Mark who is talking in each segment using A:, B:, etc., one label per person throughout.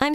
A: I'm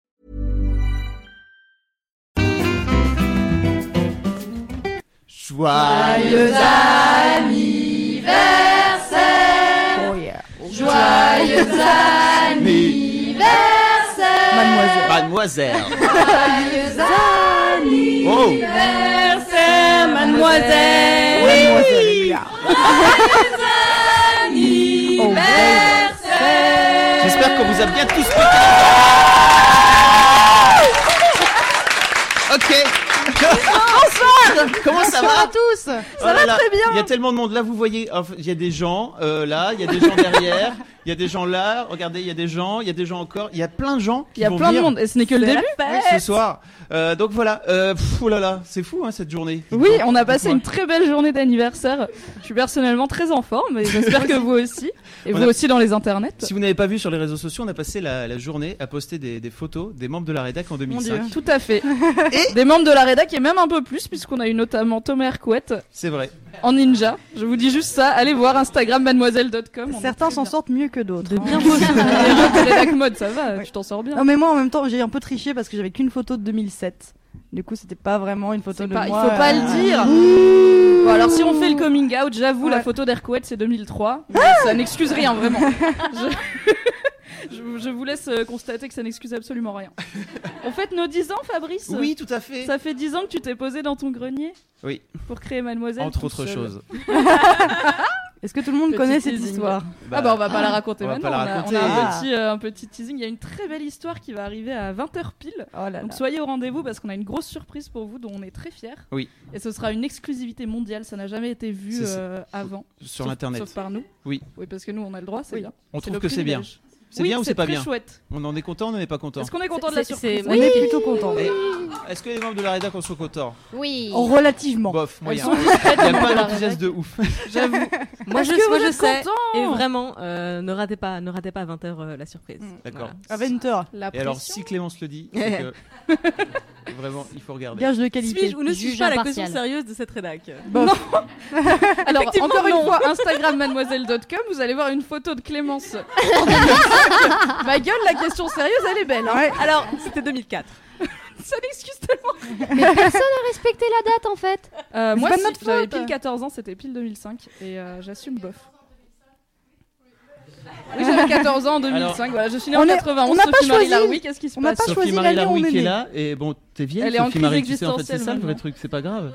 B: Joyeux
C: Oh yeah.
B: anniversaire,
C: Mademoiselle.
B: mademoiselle. Oh,
C: Mademoiselle. Mademoiselle. Yeah. Oh, yeah.
B: j'espère qu'on vous a bien tous pété. Ok. Bonsoir. Comment ça
C: Bonsoir à
B: va
C: tous. Ça
B: Oh là
C: va
B: là,
C: très bien.
B: Il y a tellement de monde. Là, vous voyez, oh, il y a des gens euh, là, il y a des gens derrière, il y a des gens là. Regardez, il y a des gens, il y a des gens encore. Il y a plein de gens. qui
C: Il y a
B: vont
C: plein de
B: venir
C: monde et ce n'est que le
D: C'est la
C: début.
B: ce soir. Euh, donc voilà. Euh, pff, oh là là, c'est fou hein, cette journée.
C: Oui, on a passé
B: Dites-moi.
C: une très belle journée d'anniversaire. Je suis personnellement très en forme et j'espère que vous aussi. Et
B: On
C: vous
B: a-
C: aussi dans les internets.
B: Si vous n'avez pas vu sur les réseaux sociaux, on a passé la, la journée à poster des, des photos des membres de la rédac en
C: Mon
B: 2005.
C: Dieu. Tout à fait. Des membres de la rédac et même un peu plus puisqu'on a eu notamment Thomas Hercouette
B: C'est vrai.
C: en ninja. Je vous dis juste ça. Allez voir Instagram mademoiselle.com.
D: Certains s'en sortent mieux que d'autres.
C: de
D: hein.
C: bien beaux souvenirs. rédac mode, ça va, tu t'en sors bien.
D: Non mais moi en même temps j'ai un peu triché parce que j'avais qu'une photo de 2007. Du coup c'était pas vraiment une photo
C: C'est
D: de
C: pas- il
D: moi.
C: faut pas
D: euh,
C: le dire. Bon, alors si on fait le coming out, j'avoue, la
D: Ouais.
C: photo d'Ercouet c'est 2003. mais ça n'excuse rien vraiment. Je... je- je vous laisse euh, constater que ça n'excuse absolument rien. On fête nos 10 ans, Fabrice.
B: Oui, tout à fait.
C: Ça fait 10 ans que tu t'es posé dans ton grenier
B: Oui,
C: pour créer Mademoiselle.
B: entre
C: toute
B: autres
C: seule.
B: choses.
D: Est-ce que tout le monde
C: Petit
D: connaît cette
C: teasing.
D: histoire
C: ah bah on va pas la raconter
B: on va
C: maintenant.
B: pas
C: on
B: la
C: a-
B: raconter.
C: On a,
D: Ah.
C: un, petit, euh, un petit teasing. Il y a une très belle histoire qui va arriver à 20h pile.
D: Oh là là.
C: Donc soyez au rendez-vous parce qu'on a une grosse surprise pour vous dont on est très fiers.
B: Oui.
C: Et ce sera une exclusivité mondiale, ça n'a jamais été vu
B: C'est ça.
C: euh, avant.
B: Sur
C: Sauf-
B: l'internet.
C: Sauf par nous.
B: Oui.
C: Oui, parce que nous on a le droit, c'est
D: Oui.
C: bien.
B: On
C: C'est
B: trouve
C: le
B: que c'est bien.
C: privilège.
B: C'est
C: Oui,
B: bien ou c'est pas
C: très
B: bien
C: chouette.
B: On en est content, on n'en est pas content.
C: Est-ce qu'on est content de la
E: C'est-
C: surprise
E: c'est-
D: On est plutôt content.
B: Et- Est-ce que les membres de la rédac en sont contents
E: Oui.
D: Oh, relativement.
B: Bof,
C: Elles
B: moyen.
C: sont discrètes,
B: Il n'y
C: les
B: a
C: membres
B: pas
C: de la
B: d'enthousiasme de ouf.
C: J'avoue.
E: Moi,
C: Est-ce
E: je,
C: que
E: moi,
C: vous
E: je
C: êtes
E: sais.
C: contents
E: Et vraiment, euh, ne ratez pas, ne ratez pas à 20h
F: euh,
E: la surprise.
B: D'accord.
E: Voilà.
D: À 20h.
C: La
B: Et alors,
C: pression.
B: si Clémence le dit, c'est que vraiment, il faut regarder.
D: Gage de qualité.
E: Suis-je ou ne
G: Juge
E: suis-je pas la
G: impartial.
E: caution sérieuse de cette rédac
C: Alors,
E: Effectivement,
C: encore
E: non.
C: une fois, Instagram mademoiselle.com, vous allez voir une photo de Clémence. Ma gueule, la question sérieuse, elle est belle. hein.
E: Alors, c'était 2004.
C: Ça n'excuse tellement.
G: Mais Oh. personne n'a respecté la date en fait.
C: Euh,
D: Mais
C: moi,
D: c'est pas
C: si,
D: de notre
C: j'avais
D: faute.
C: pile 14 ans, c'était pile 2005, et euh, j'assume bof. Oui, j'avais 14 ans en 2005, voilà, je suis née
D: On
C: en
D: est-
C: 91,
D: on n'a pas
C: Sophie Marie
D: choisi.
C: Laroui, qu'est-ce qui se
D: On n'a
C: passe
D: pas
B: Sophie
D: choisi
B: Marie
D: l'année où
B: Larouille
D: on
B: qui
D: est
B: est
D: né.
B: là, et bon, t'es vieille.
C: Elle est en
B: Sophie
C: crise
B: Marie, tu sais, en fait, c'est
C: existentielle, hein.
B: ça le vrai
C: maintenant.
B: truc, c'est pas grave.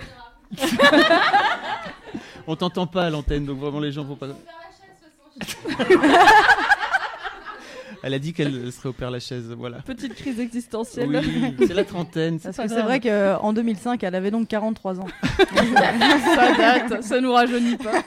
B: On t'entend pas à l'antenne, donc vraiment les gens vont pas. Elle a dit qu'elle serait au Père Lachaise, voilà.
C: Petite crise existentielle.
B: Oui, c'est la trentaine.
D: Parce
B: pas
D: que c'est
B: grave.
D: vrai qu'en 2005 elle avait donc 43 ans.
C: ça date, ça nous rajeunit pas.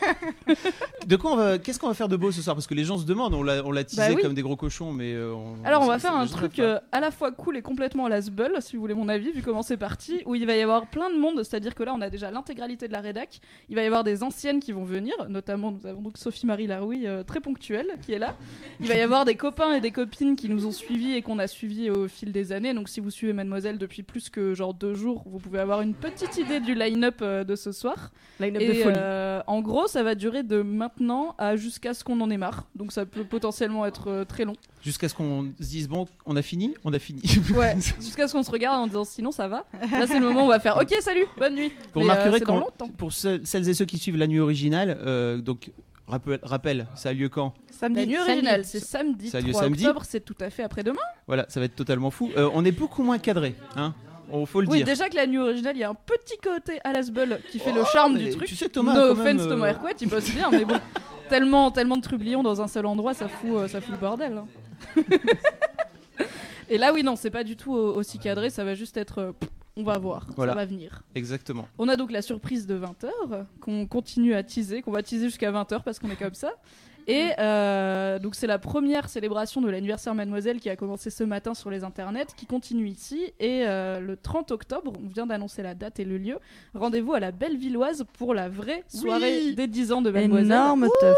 B: De quoi on va Qu'est-ce qu'on va faire de beau ce soir Parce que les gens se demandent. On l'a, on l'a teasé
C: Bah oui.
B: comme des gros cochons, mais euh, on-
C: Alors, on
B: ça-
C: va
B: ça
C: faire un
B: nous gênera
C: truc
B: pas.
C: euh, à la fois cool et complètement à la zbeul, si vous voulez mon avis, vu comment c'est parti, où il va y avoir plein de monde, c'est-à-dire que là, on a déjà l'intégralité de la rédac, il va y avoir des anciennes qui vont venir, notamment nous avons donc Sophie-Marie Laroui, euh, très ponctuelle, qui est là. Il va y avoir des copains et des copines qui nous ont suivis et qu'on a suivis au fil des années, donc si vous suivez Mademoiselle depuis plus que genre deux jours, vous pouvez avoir une petite idée du line-up euh, de ce soir.
E: Line-up de
C: Et
E: folie.
C: euh, en gros, ça va durer de maintenant à jusqu'à ce qu'on en ait marre, donc ça peut potentiellement être euh, très long.
B: Jusqu'à ce qu'on se dise bon, on a fini, on a fini.
C: Ouais, jusqu'à ce qu'on se regarde en disant sinon ça va. Là, c'est le moment où on va faire ok, salut, bonne nuit. Mais, euh,
B: Vous remarquerez
C: c'est dans
B: qu'on-
C: longtemps.
B: Pour ceux- celles et ceux qui suivent la nuit originale, euh, donc rappel, rappel, ça a lieu quand
C: La
D: Samedi.
C: nuit
G: Samedi.
C: originale, c'est samedi.
B: Ça a lieu
C: 3
B: samedi.
C: octobre, c'est tout à fait après-demain.
B: Voilà, ça va être totalement fou. Euh, on est beaucoup moins cadré, hein. On faut le
C: Oui,
B: dire.
C: déjà que la nuit originale, il y a un petit côté à l'asbel qui fait le charme
B: Oh, Mais
C: du truc.
B: Tu sais, Thomas.
C: no
B: quand
C: offense,
B: même, euh,
C: Thomas Hercouet, il bosse bien, mais bon. Tellement, tellement de trublions dans un seul endroit, ça fout, euh, ça fout le bordel. hein. Et là, oui, non, c'est pas du tout euh, aussi cadré, ça va juste être. euh, on va voir,
B: Voilà.
C: ça va venir.
B: Exactement.
C: On a donc la surprise de 20h, qu'on continue à teaser, qu'on va teaser jusqu'à 20h parce qu'on est comme ça. Et euh, donc c'est la première célébration de l'anniversaire Mademoiselle qui a commencé ce matin sur les internets, qui continue ici. Et euh, le 30 octobre, on vient d'annoncer la date et le lieu, rendez-vous à la Bellevilloise pour la vraie soirée des 10 ans de Mademoiselle.
D: Énorme teuf.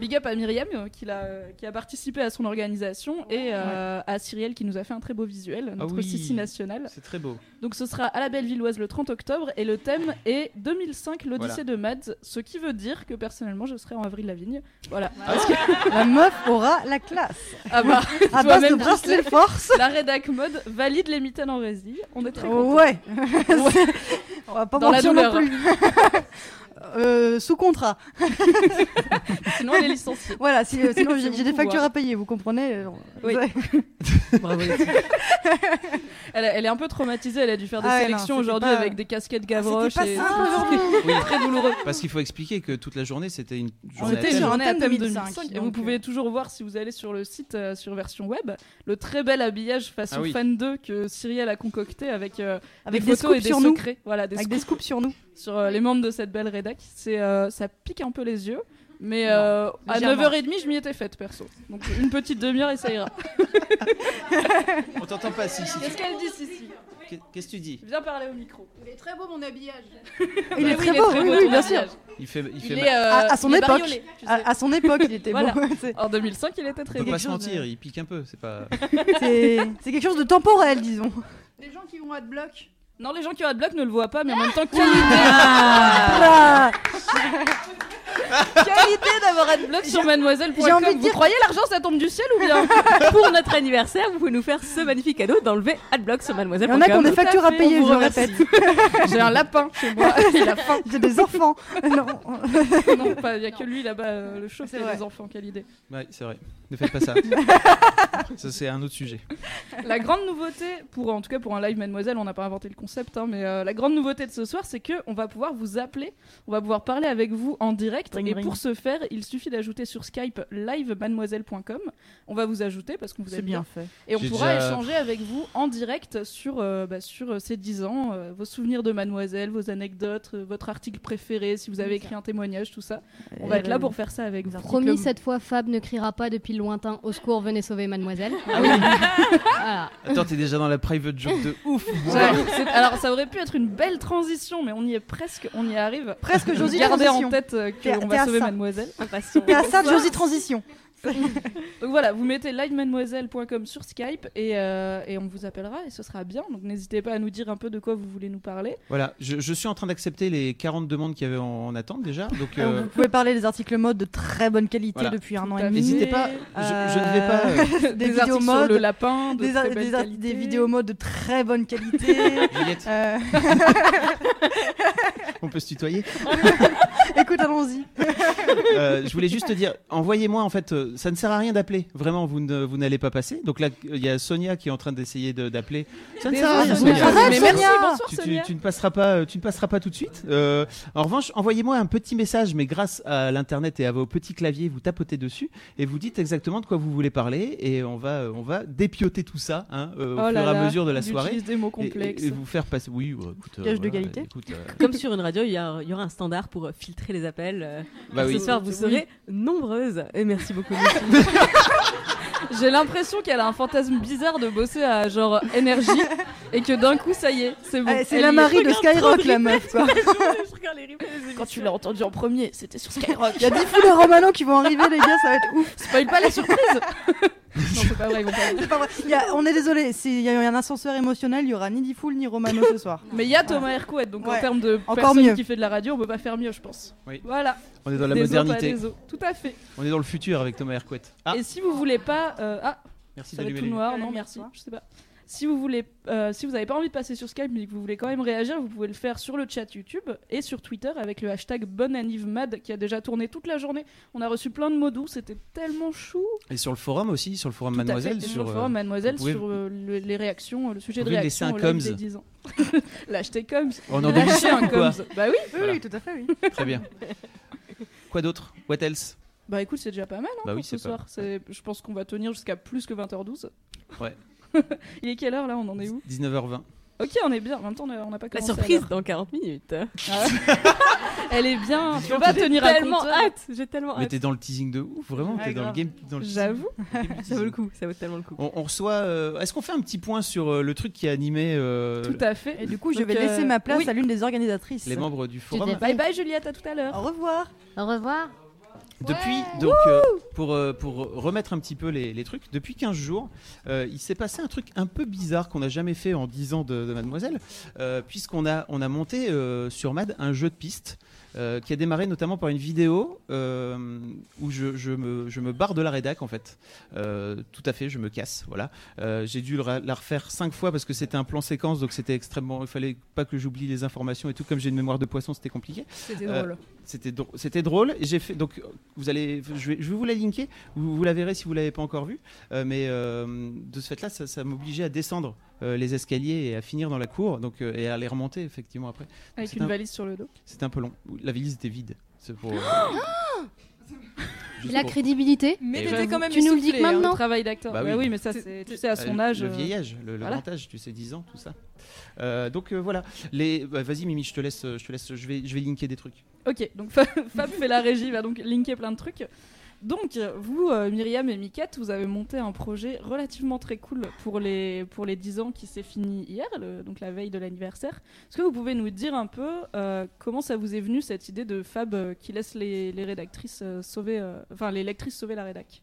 C: Big up à Myriam euh, qui, l'a- euh, qui a participé à son organisation et euh, à Cyrielle qui nous a fait un très beau visuel, notre
B: Ah oui.
C: Sissi national.
B: C'est très beau.
C: Donc ce sera à la Bellevilloise le 30 octobre et le thème est 2005 l'Odyssée de Mads, ce qui veut dire que personnellement je serai en avril la vigne. Voilà. Parce que
D: La meuf aura la classe.
C: ah bah,
D: À
C: toi-même,
D: base de
C: Gisèle,
D: bracelet force.
C: la rédac mode valide les mitaines en résil. On est très contents.
D: Ouais. On va pas
C: Dans la
D: mentir non
C: douleur.
D: plus. Euh, sous contrat.
C: Sinon elle est licenciée.
D: Voilà, si- euh, sinon
C: C'est
D: j'ai
C: mon
D: j'ai des
C: pouvoir.
D: factures à payer, vous comprenez euh, genre.
C: Oui.
D: Ouais.
E: Bravo.
C: Elle, a- elle est un peu traumatisée. Elle a dû faire des
D: Ah ouais, non,
C: sélections
D: c'était
C: aujourd'hui
D: pas- Ah,
C: avec des casquettes
D: C'était
C: Gavroche.
D: pas
C: et- Ah,
D: simple aujourd'hui.
B: Oui, très douloureux. Parce qu'il faut expliquer que toute la journée, c'était une journée. à
C: C'était
B: thème.
C: une journée à
D: thème
C: thème
D: 2005,
C: 2005. et
D: donc,
C: vous
D: euh.
C: pouvez toujours voir si vous allez sur le site euh, sur version web le très bel habillage façon
B: Ah oui.
C: fan 2 que Cyrielle a concocté avec, euh,
D: Avec
C: des,
D: des
C: photos
D: scoops
C: et des
D: sur nous.
C: secrets. Voilà, des
D: Avec
C: scoops
D: des scoops sur nous.
C: sur euh, les membres de cette belle rédac. C'est euh, ça pique un peu les yeux. Mais euh, à
D: légèrement.
C: 9h30, je m'y étais faite perso. Donc une petite demi-heure et ça ira.
B: On t'entend pas, si, si.
C: Qu'est-ce qu'elle dit, Sissi
B: Qu'est- Qu'est-ce que tu dis
C: Viens parler au micro.
H: Il est très beau mon habillage.
D: Il
C: Oui,
D: est très beau, oui,
C: beau,
D: oui,
C: ton
D: bien sûr.
C: mariage.
B: Il fait, il fait
C: Il
B: ma-
C: est, euh,
D: À à son
C: il est
D: époque.
C: bariolé, tu sais.
D: À à son époque, il était beau.
C: Voilà.
D: C'est-
C: En 2005, il était très beau.
B: On peut pas
D: quelque
B: se
D: chose de-
B: mentir, il pique un peu, c'est pas.
D: C'est c'est quelque chose de temporel, disons.
H: Les gens qui ont adblock.
C: Non, les gens qui ont Adblock ne le voient pas, mais en même temps, quelle
D: Ah.
C: qualité d'avoir Adblock sur mademoiselle.com.
D: J'ai envie de
C: Vous
D: dire-
C: croyez l'argent ça tombe du ciel ou bien
E: Pour notre anniversaire, vous pouvez nous faire ce magnifique cadeau d'enlever Adblock sur mademoiselle.
D: Il y en a qui ont des
C: Tout à
D: factures à
C: fait,
D: payer, je
C: on vous
D: le
C: remercie.
D: répète.
C: J'ai un lapin chez moi, il a faim.
D: J'ai des enfants. Non, on-
C: Non, pas- il y a que lui là-bas, euh, le chauffeur
D: C'est vrai.
C: des enfants, quelle idée.
B: Ouais, c'est vrai. Ne faites pas ça. ça, c'est un autre sujet.
C: La grande nouveauté, pour en tout cas pour un live Mademoiselle, on n'a pas inventé le concept, hein, mais euh, la grande nouveauté de ce soir, c'est que on va pouvoir vous appeler, on va pouvoir parler avec vous en direct,
D: Ring,
C: et
D: ring.
C: pour ce faire, il suffit d'ajouter sur Skype livemademoiselle.com. On va vous ajouter parce qu'on vous
D: C'est
C: aime
D: bien fait.
C: Et on
B: J'ai
C: pourra
B: déjà-
C: échanger avec vous en direct sur, euh, bah, sur euh, ces 10 ans, euh, vos souvenirs de Mademoiselle, vos anecdotes, euh, votre article préféré, si vous avez écrit un témoignage, tout ça. On va être
D: Euh,
C: là pour faire ça avec vous.
G: Promis, cette fois, Fab ne criera pas depuis le lointain Au secours, venez sauver mademoiselle.
C: Ah
G: Voilà.
B: Attends, t'es déjà dans la private joke de ouf.
C: Ouais, c'est- Alors ça aurait pu être une belle transition, mais on y est presque, on y arrive.
D: Presque Josie
C: Gardez en
D: Transition.
C: tête euh,
D: T'es à-
C: qu'on
D: t'es
C: va
D: à
C: sauver
D: ça.
C: mademoiselle.
E: Impatient.
D: T'es à ça de Josie Transition.
C: Donc voilà, vous mettez livemademoiselle.com sur Skype et, euh, et on vous appellera et ce sera bien. Donc n'hésitez pas à nous dire un peu de quoi vous voulez nous parler.
B: Voilà, je, je suis en train d'accepter les 40 demandes qu'il y avait en, en attente déjà. Donc,
D: Euh,
B: euh,
D: Vous pouvez parler des articles mode de très bonne qualité
B: Voilà.
D: depuis un
C: Tout
D: an
C: à
D: et
C: fait.
D: demi.
B: n'hésitez pas. Je, je ne vais pas. euh,
D: Euh, des,
C: Des,
D: vidéos
C: articles sur
D: mode,
C: le lapin, de
D: des,
C: très
D: ar-
C: belle
D: des ar-
C: qualité.
D: des vidéos mode de très bonne qualité.
B: Juliette,
D: Euh,
B: on peut se tutoyer.
D: écoute, allons-y.
B: Euh, je voulais juste te dire, envoyez-moi en fait, euh, ça ne sert à rien d'appeler. Vraiment, vous ne- vous n'allez pas passer. Donc là, il y a Sonia qui est en train d'essayer de- d'appeler. Ça ne sert à rien.
C: Désolée,
B: Sonia.
C: Sonia.
D: Arrête,
C: Mais
D: Sonia.
C: merci, bonsoir
B: Tu, tu-
C: Sonia.
B: tu ne passeras pas, euh, tu ne passeras pas tout de suite. Euh, en revanche, envoyez-moi un petit message, mais grâce à l'internet et à vos petits claviers, vous tapotez dessus et vous dites exactement de quoi vous voulez parler et on va, euh, on va dépioter tout ça hein, euh, au
C: Oh
B: fur
C: là
B: et à
C: là,
B: mesure de la
C: il
B: soirée
C: utilise des mots
B: et,
C: complexes.
B: et- et vous faire passer. Oui, ouais, écoute, euh,
D: Gage de
B: voilà,
D: qualité.
B: écoute, euh,
E: Comme sur une radio, il y, a- il y aura un standard pour euh, filtrer les appels. euh,
B: bah
E: Ce
B: oui.
E: soir, vous
C: Oui.
E: serez nombreuses. Et merci beaucoup. Lucie.
C: J'ai l'impression qu'elle a un fantasme bizarre de bosser à genre énergie et que d'un coup ça y est, c'est bon.
D: Ah, C'est
C: Elle
D: la
C: y est.
D: Marie de
E: regarde
D: Skyrock,
E: trop
D: la meuf. Quoi.
E: je regarde les replays des
C: Quand tu l'as entendu en premier, c'était sur Skyrock.
D: Il y a 10 fous de Romano qui vont arriver, les gars, ça va être ouf.
C: Oh, Spoil pas la surprise. non, c'est pas vrai, ils vont pas.
D: C'est pas vrai. Il y a- on est désolé, s'il y a eu un ascenseur émotionnel, il y aura ni 10 foules ni Romano ce soir.
C: Mais il y a Thomas Hercouet, donc en
D: Ouais.
C: termes de
D: Encore
C: personne
D: mieux.
C: qui fait de la radio, on peut pas faire mieux, je pense.
B: Oui.
C: Voilà.
B: On est dans la
C: Des os, pas
B: modernité.
C: des os. Tout à fait.
B: On est dans le futur avec Thomas Hercouet. Ah,
C: Et si vous voulez pas, euh, ah,
B: merci
C: ça va être
B: d'allumer
C: tout
B: les lumières.
C: noir, non merci, je sais pas. Si vous voulez, euh, si vous avez pas envie de passer sur Skype, mais que vous voulez quand même réagir, vous pouvez le faire sur le chat YouTube et sur Twitter avec le hashtag BonAnivMad qui a déjà tourné toute la journée. On a reçu plein de mots doux, c'était tellement chou.
B: Et sur le forum aussi, sur le forum
C: Tout à
B: Mademoiselle,
C: fait. Et
B: sur,
C: sur le forum
B: euh,
C: Mademoiselle,
B: vous pouvez-
C: sur euh, le- les réactions, euh, le sujet de
B: Vous pouvez
C: réaction.
B: laisser un
C: au live
B: coms.
C: des 10 ans. L'acheter coms.
B: on en
C: Lâcher
B: 2005
C: un
B: ou quoi
C: coms. Bah oui.
B: Voilà.
D: tout à fait, oui.
B: Très bien. Quoi d'autre What else
C: Bah écoute, c'est déjà pas mal hein,
B: Bah oui,
C: pour ce
B: c'est pas-
C: soir. C'est- Je pense qu'on va tenir jusqu'à plus que 20h12.
B: Ouais.
C: Il est quelle heure là On en est où
B: 19h20.
C: Ok, on est bien. En même temps, on a- on n'a pas
E: La
C: commencé. à
E: surprise
C: l'heure.
E: dans 40 minutes.
C: Ah ouais. Elle est bien. Tu
B: donc,
C: vas
B: j'ai
C: tenir à
E: tellement
C: compte.
E: hâte, j'ai tellement
B: Mais
E: hâte.
B: t'es dans le teasing de ouf, vraiment.
C: Ouais,
B: t'es dans le
C: grave.
B: game. Dans le teasing.
C: J'avoue.
E: Ça vaut le coup, ça vaut tellement le coup.
B: On, on reçoit. euh, Est-ce qu'on fait un petit point sur euh, le truc qui a animé euh,
C: Tout à fait.
D: Et du coup, je
C: Donc,
D: vais laisser
C: euh,
D: ma place
C: oui.
D: à l'une des organisatrices.
B: les membres du forum
G: dépasses.
C: Bye bye Juliette, à tout à l'heure.
D: Au revoir.
G: Au revoir.
B: Depuis, donc, euh, pour, euh, pour remettre un petit peu les, les trucs, depuis 15 jours, euh, il s'est passé un truc un peu bizarre qu'on n'a jamais fait en 10 ans de, de Mademoiselle, euh, puisqu'on a, on a monté euh, sur Mad un jeu de piste euh, qui a démarré notamment par une vidéo euh, où je, je me, je me barre de la rédac en fait. Euh, tout à fait, je me casse, voilà. Euh, J'ai dû le ra- la refaire 5 fois parce que c'était un plan séquence, donc c'était extrêmement. Il fallait pas que j'oublie les informations et tout. Comme j'ai une mémoire de poisson, c'était compliqué
G: C'était
B: Euh,
G: drôle.
B: c'était drôle. C'était drôle. J'ai fait donc euh, vous allez, je vais, je vais vous la linker. Vous, vous la verrez si vous l'avez pas encore vue. Euh, mais euh, de ce fait-là, ça, ça m'obligeait à descendre euh, les escaliers et à finir dans la cour, donc euh, et à les remonter effectivement après.
C: Avec
B: C'est
C: une
B: un-
C: valise sur le dos.
B: C'était un peu long. La valise était vide. C'est pour. euh, Juste
G: La
B: pour-
G: crédibilité
E: Mais
B: Et
E: t'étais
C: j'avoue.
E: quand même
G: Tu nous le dis
E: essoufflé,
G: que
E: hein.
G: maintenant.
C: Le travail d'acteur.
B: Bah
C: Bah
B: oui.
C: oui. mais ça, c'est, tu sais, à son
B: Euh,
C: âge.
B: le
C: euh,
B: vieillage, le, le
C: voilà.
B: grand âge, tu sais, 10 ans, tout ça. Euh, donc euh, voilà. Les, bah, vas-y Mimi, je te laisse, je te laisse, je vais, je vais linker des trucs.
C: Ok, donc Fa- Fab fait la régie, va donc linker plein de trucs. Donc, vous, euh, Myriam et Miquette, vous avez monté un projet relativement très cool pour les, pour les 10 ans qui s'est fini hier, le- donc la veille de l'anniversaire. Est-ce que vous pouvez nous dire un peu euh, comment ça vous est venu cette idée de Fab euh, qui laisse les, les rédactrices euh, sauver, euh, enfin les lectrices sauver la rédac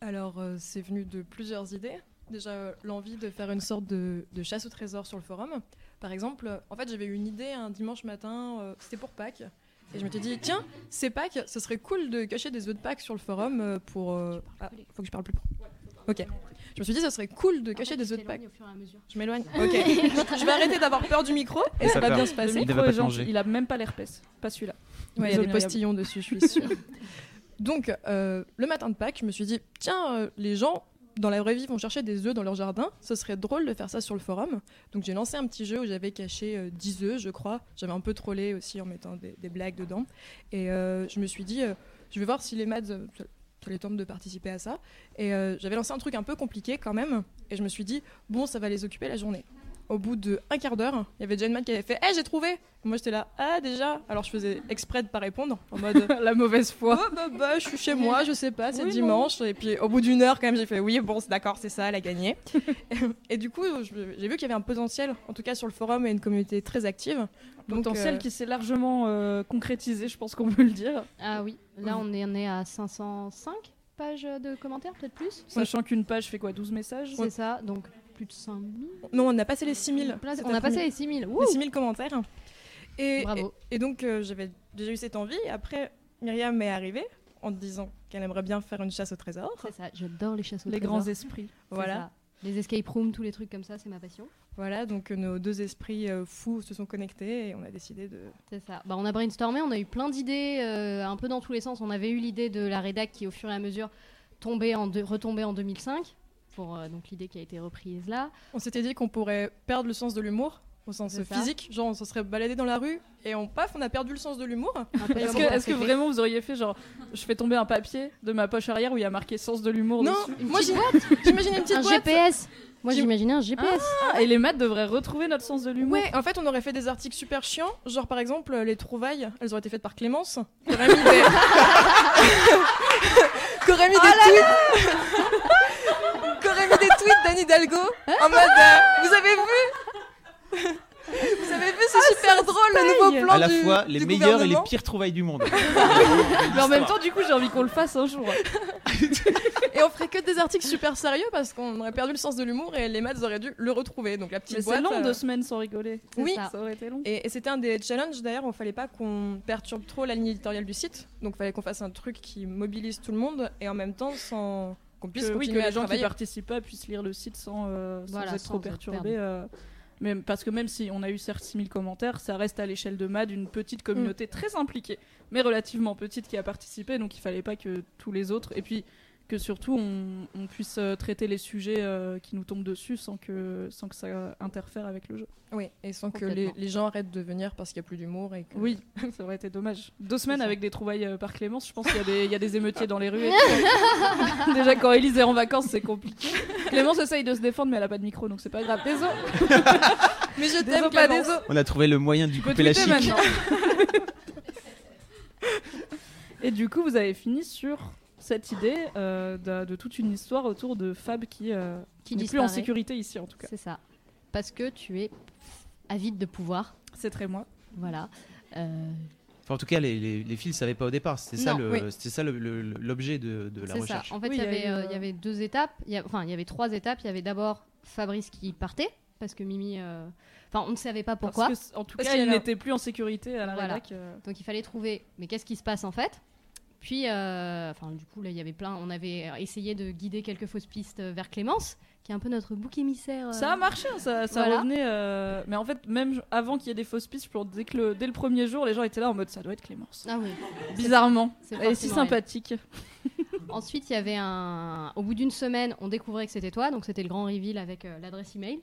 I: Alors, euh, c'est venu de plusieurs idées. Déjà, euh, l'envie de faire une sorte de, de chasse au trésor sur le forum. Par exemple, euh, en fait, j'avais eu une idée un dimanche matin, euh, c'était pour Pâques. Et je m'étais dit, tiens, c'est Pâques, ce serait cool de cacher des œufs de Pâques sur le forum euh, pour. euh, Ah, faut que je parle plus. Ok. Je me suis dit, ça serait cool de cacher des œufs de Pâques. Je m'éloigne. Ok. je vais arrêter d'avoir peur du micro et
B: N'aie
I: ça
B: pas
I: va
B: peur.
I: bien se passer.
B: Il devait
C: Micro
B: pas
C: est
B: te
C: gentil,
B: manger.
C: il a même pas l'herpès, pas celui-là.
I: Ouais, il y a
C: Désolée,
I: des
C: Myriam.
I: postillons dessus, je suis sûre. Donc, euh, le matin de Pâques, je me suis dit, tiens, euh, les gens dans la vraie vie vont chercher des œufs dans leur jardin, ce serait drôle de faire ça sur le forum. Donc, j'ai lancé un petit jeu où j'avais caché euh, 10 œufs, je crois. J'avais un peu trollé aussi en mettant des, des blagues dedans. Et euh, je me suis dit, euh, je vais voir si les maths, euh, ça, ça les tente de participer à ça. Et euh, j'avais lancé un truc un peu compliqué quand même. Et je me suis dit, bon, ça va les occuper la journée. Au bout d'un quart d'heure, il y avait déjà une maths qui avait fait, hé, j'ai trouvé Moi, j'étais là, ah, déjà Alors, je faisais exprès de pas répondre, en mode,
C: la mauvaise foi.
I: Oh, bah, bah, je suis chez moi, je sais pas, c'est
C: Oui,
I: dimanche. Et puis au bout d'une heure, quand même, j'ai fait oui, bon, c'est d'accord, c'est ça, elle a gagné. et du coup, je- j'ai vu qu'il y avait un potentiel, en tout cas sur le forum, et une communauté très active. Donc,
C: Potentiel
I: euh,
C: qui s'est largement euh, concrétisé, je pense qu'on peut le dire.
G: Ah oui, là on est, on est à 505 pages de commentaires, peut-être plus
C: Sachant qu'une page fait quoi 12 messages
G: C'est ça, donc plus de 5000.
I: Non, on a passé les 6000.
G: Place-
I: C'était
G: On a passé
I: premier.
G: les 6000. Wouh
I: les 6000 commentaires. Et,
G: Bravo.
I: et, et donc, euh, j'avais déjà eu cette envie. Après, Myriam est arrivée en disant qu'elle aimerait bien faire une chasse au trésor.
G: C'est ça, j'adore les chasses au
C: Les
G: trésor.
C: grands esprits.
G: C'est
I: Voilà.
G: ça. Les escape rooms, tous les trucs comme ça, c'est ma passion.
I: Voilà, donc euh, nos deux esprits euh, fous se sont connectés et on a décidé de.
G: C'est ça. Bah, on a brainstormé, on a eu plein d'idées, euh, un peu dans tous les sens. On avait eu l'idée de la rédac qui, au fur et à mesure, tombait en deux- retombait en 2005, pour euh, donc l'idée qui a été reprise là.
I: On s'était dit qu'on pourrait perdre le sens de l'humour au sens
G: C'est ça.
I: physique, genre on se serait baladé dans la rue et on paf, on a perdu le sens de l'humour.
G: Un peu
C: Est-ce
G: comme
C: que,
G: on a
C: est-ce que
G: fait.
C: vraiment vous auriez fait genre, je fais tomber un papier de ma poche arrière où il y a marqué sens de l'humour
I: Non,
C: dessus
I: moi j'im- j'imagine une
G: Un
I: petite boîte.
G: GPS Moi
I: J'im-
G: j'imaginais un GPS.
C: Ah, Et les maths devraient retrouver notre sens de l'humour.
I: Ouais, en fait, on aurait fait des articles super chiants, genre par exemple les trouvailles, elles auraient été faites par Clémence. qui aurait mis des- Qu'aurait
C: Oh
I: mis, des tweets Qu'aurait mis des tweets d'Anne Hidalgo en mode euh, Vous avez vu Vous avez vu, c'est
C: Ah,
I: super drôle le nouveau plan
B: à la
I: du-
B: fois les
I: du
B: meilleurs et les
I: gouvernement
B: pires trouvailles du monde.
C: Mais en même temps, du coup, j'ai envie qu'on le fasse un jour.
I: Et on ferait que des articles super sérieux parce qu'on aurait perdu le sens de l'humour et les maths auraient dû le retrouver. Donc la petite
C: Mais c'est
I: boîte.
C: long
I: euh,
C: deux semaines sans rigoler.
G: C'est
I: oui.
G: ça.
C: Ça aurait été long.
I: Et, et c'était un des challenges d'ailleurs, il fallait pas qu'on perturbe trop la ligne éditoriale du site. Donc il fallait qu'on fasse un truc qui mobilise tout le monde et en même temps sans qu'on puisse
C: Que, oui,
I: continuer
C: que
I: à
C: les gens qui
I: travailler.
C: participent pas puissent lire le site sans, euh, sans
G: Voilà,
C: être
G: sans
C: trop
G: être
C: perturbés. euh, même, parce que même si on a eu certes 6000 commentaires, ça reste à l'échelle de MAD une petite
I: Mm.
C: communauté très impliquée, mais relativement petite qui a participé, donc il fallait pas que tous les autres. Et puis, que surtout on, on puisse euh, traiter les sujets euh, qui nous tombent dessus sans que, sans que ça interfère avec le jeu.
I: Oui, et sans que les,
G: Complètement.
I: les gens arrêtent de venir parce qu'il n'y a plus d'humour. et que-
C: Oui, ça aurait été dommage. Deux semaines avec des trouvailles euh, par Clémence, je pense qu'il y, a des- il y a des émeutiers dans les rues. et tout. Déjà, quand Élise est en vacances, c'est compliqué. Clémence essaye de se défendre, mais elle a pas de micro, donc c'est pas grave. Désolé.
I: Mais je
C: Désolé,
I: t'aime pas,
C: Clémence.
I: désolé.
B: On a trouvé le moyen de lui
C: Tu peux
B: couper la
C: tweeter
B: chic.
C: Et du coup, vous avez fini sur cette idée euh, de, de toute une histoire autour de Fab qui, euh,
G: Qui
C: n'est plus en
G: disparaît.
C: sécurité ici en tout cas.
G: C'est ça. Parce que tu es avide de pouvoir.
C: C'est très moi.
G: Voilà. Euh,
B: Enfin, en tout cas, les, les, les filles ne savaient pas au départ. C'était ça
G: Non,
B: le-
I: oui.
B: c'était ça le- le- l'objet de, de la
G: c'est ça.
B: recherche.
G: En fait,
C: Oui,
G: il y,
C: il y a
G: avait,
C: eu, euh,
G: euh, il y avait deux étapes. Il y a- enfin, il y avait trois étapes. Il y avait d'abord Fabrice qui partait parce que Mimi. euh, Enfin, on ne savait pas pourquoi.
C: Parce que, en tout
I: Parce
C: cas,
I: qu'il
C: il
I: a-
C: n'était plus en sécurité à la
G: Voilà.
C: rédac, euh.
G: Donc il fallait trouver, mais qu'est-ce qui se passe en fait Puis, euh, enfin, du coup, là, il y avait plein. On avait essayé de guider quelques fausses pistes euh, vers Clémence, qui est un peu notre bouc émissaire. euh,
C: Ça a marché, hein, ça, ça
G: Voilà.
C: revenait. euh, Mais en fait, même j- avant qu'il y ait des fausses pistes, je pense, dès, que le, dès le premier jour, les gens étaient là en mode ça doit être Clémence.
G: Ah oui.
C: Bizarrement.
G: c'est
C: Elle est si
G: forcément
C: sympathique.
G: Ensuite, il y avait un. Au bout d'une semaine, on découvrait que c'était toi, donc c'était le grand reveal avec euh, l'adresse email.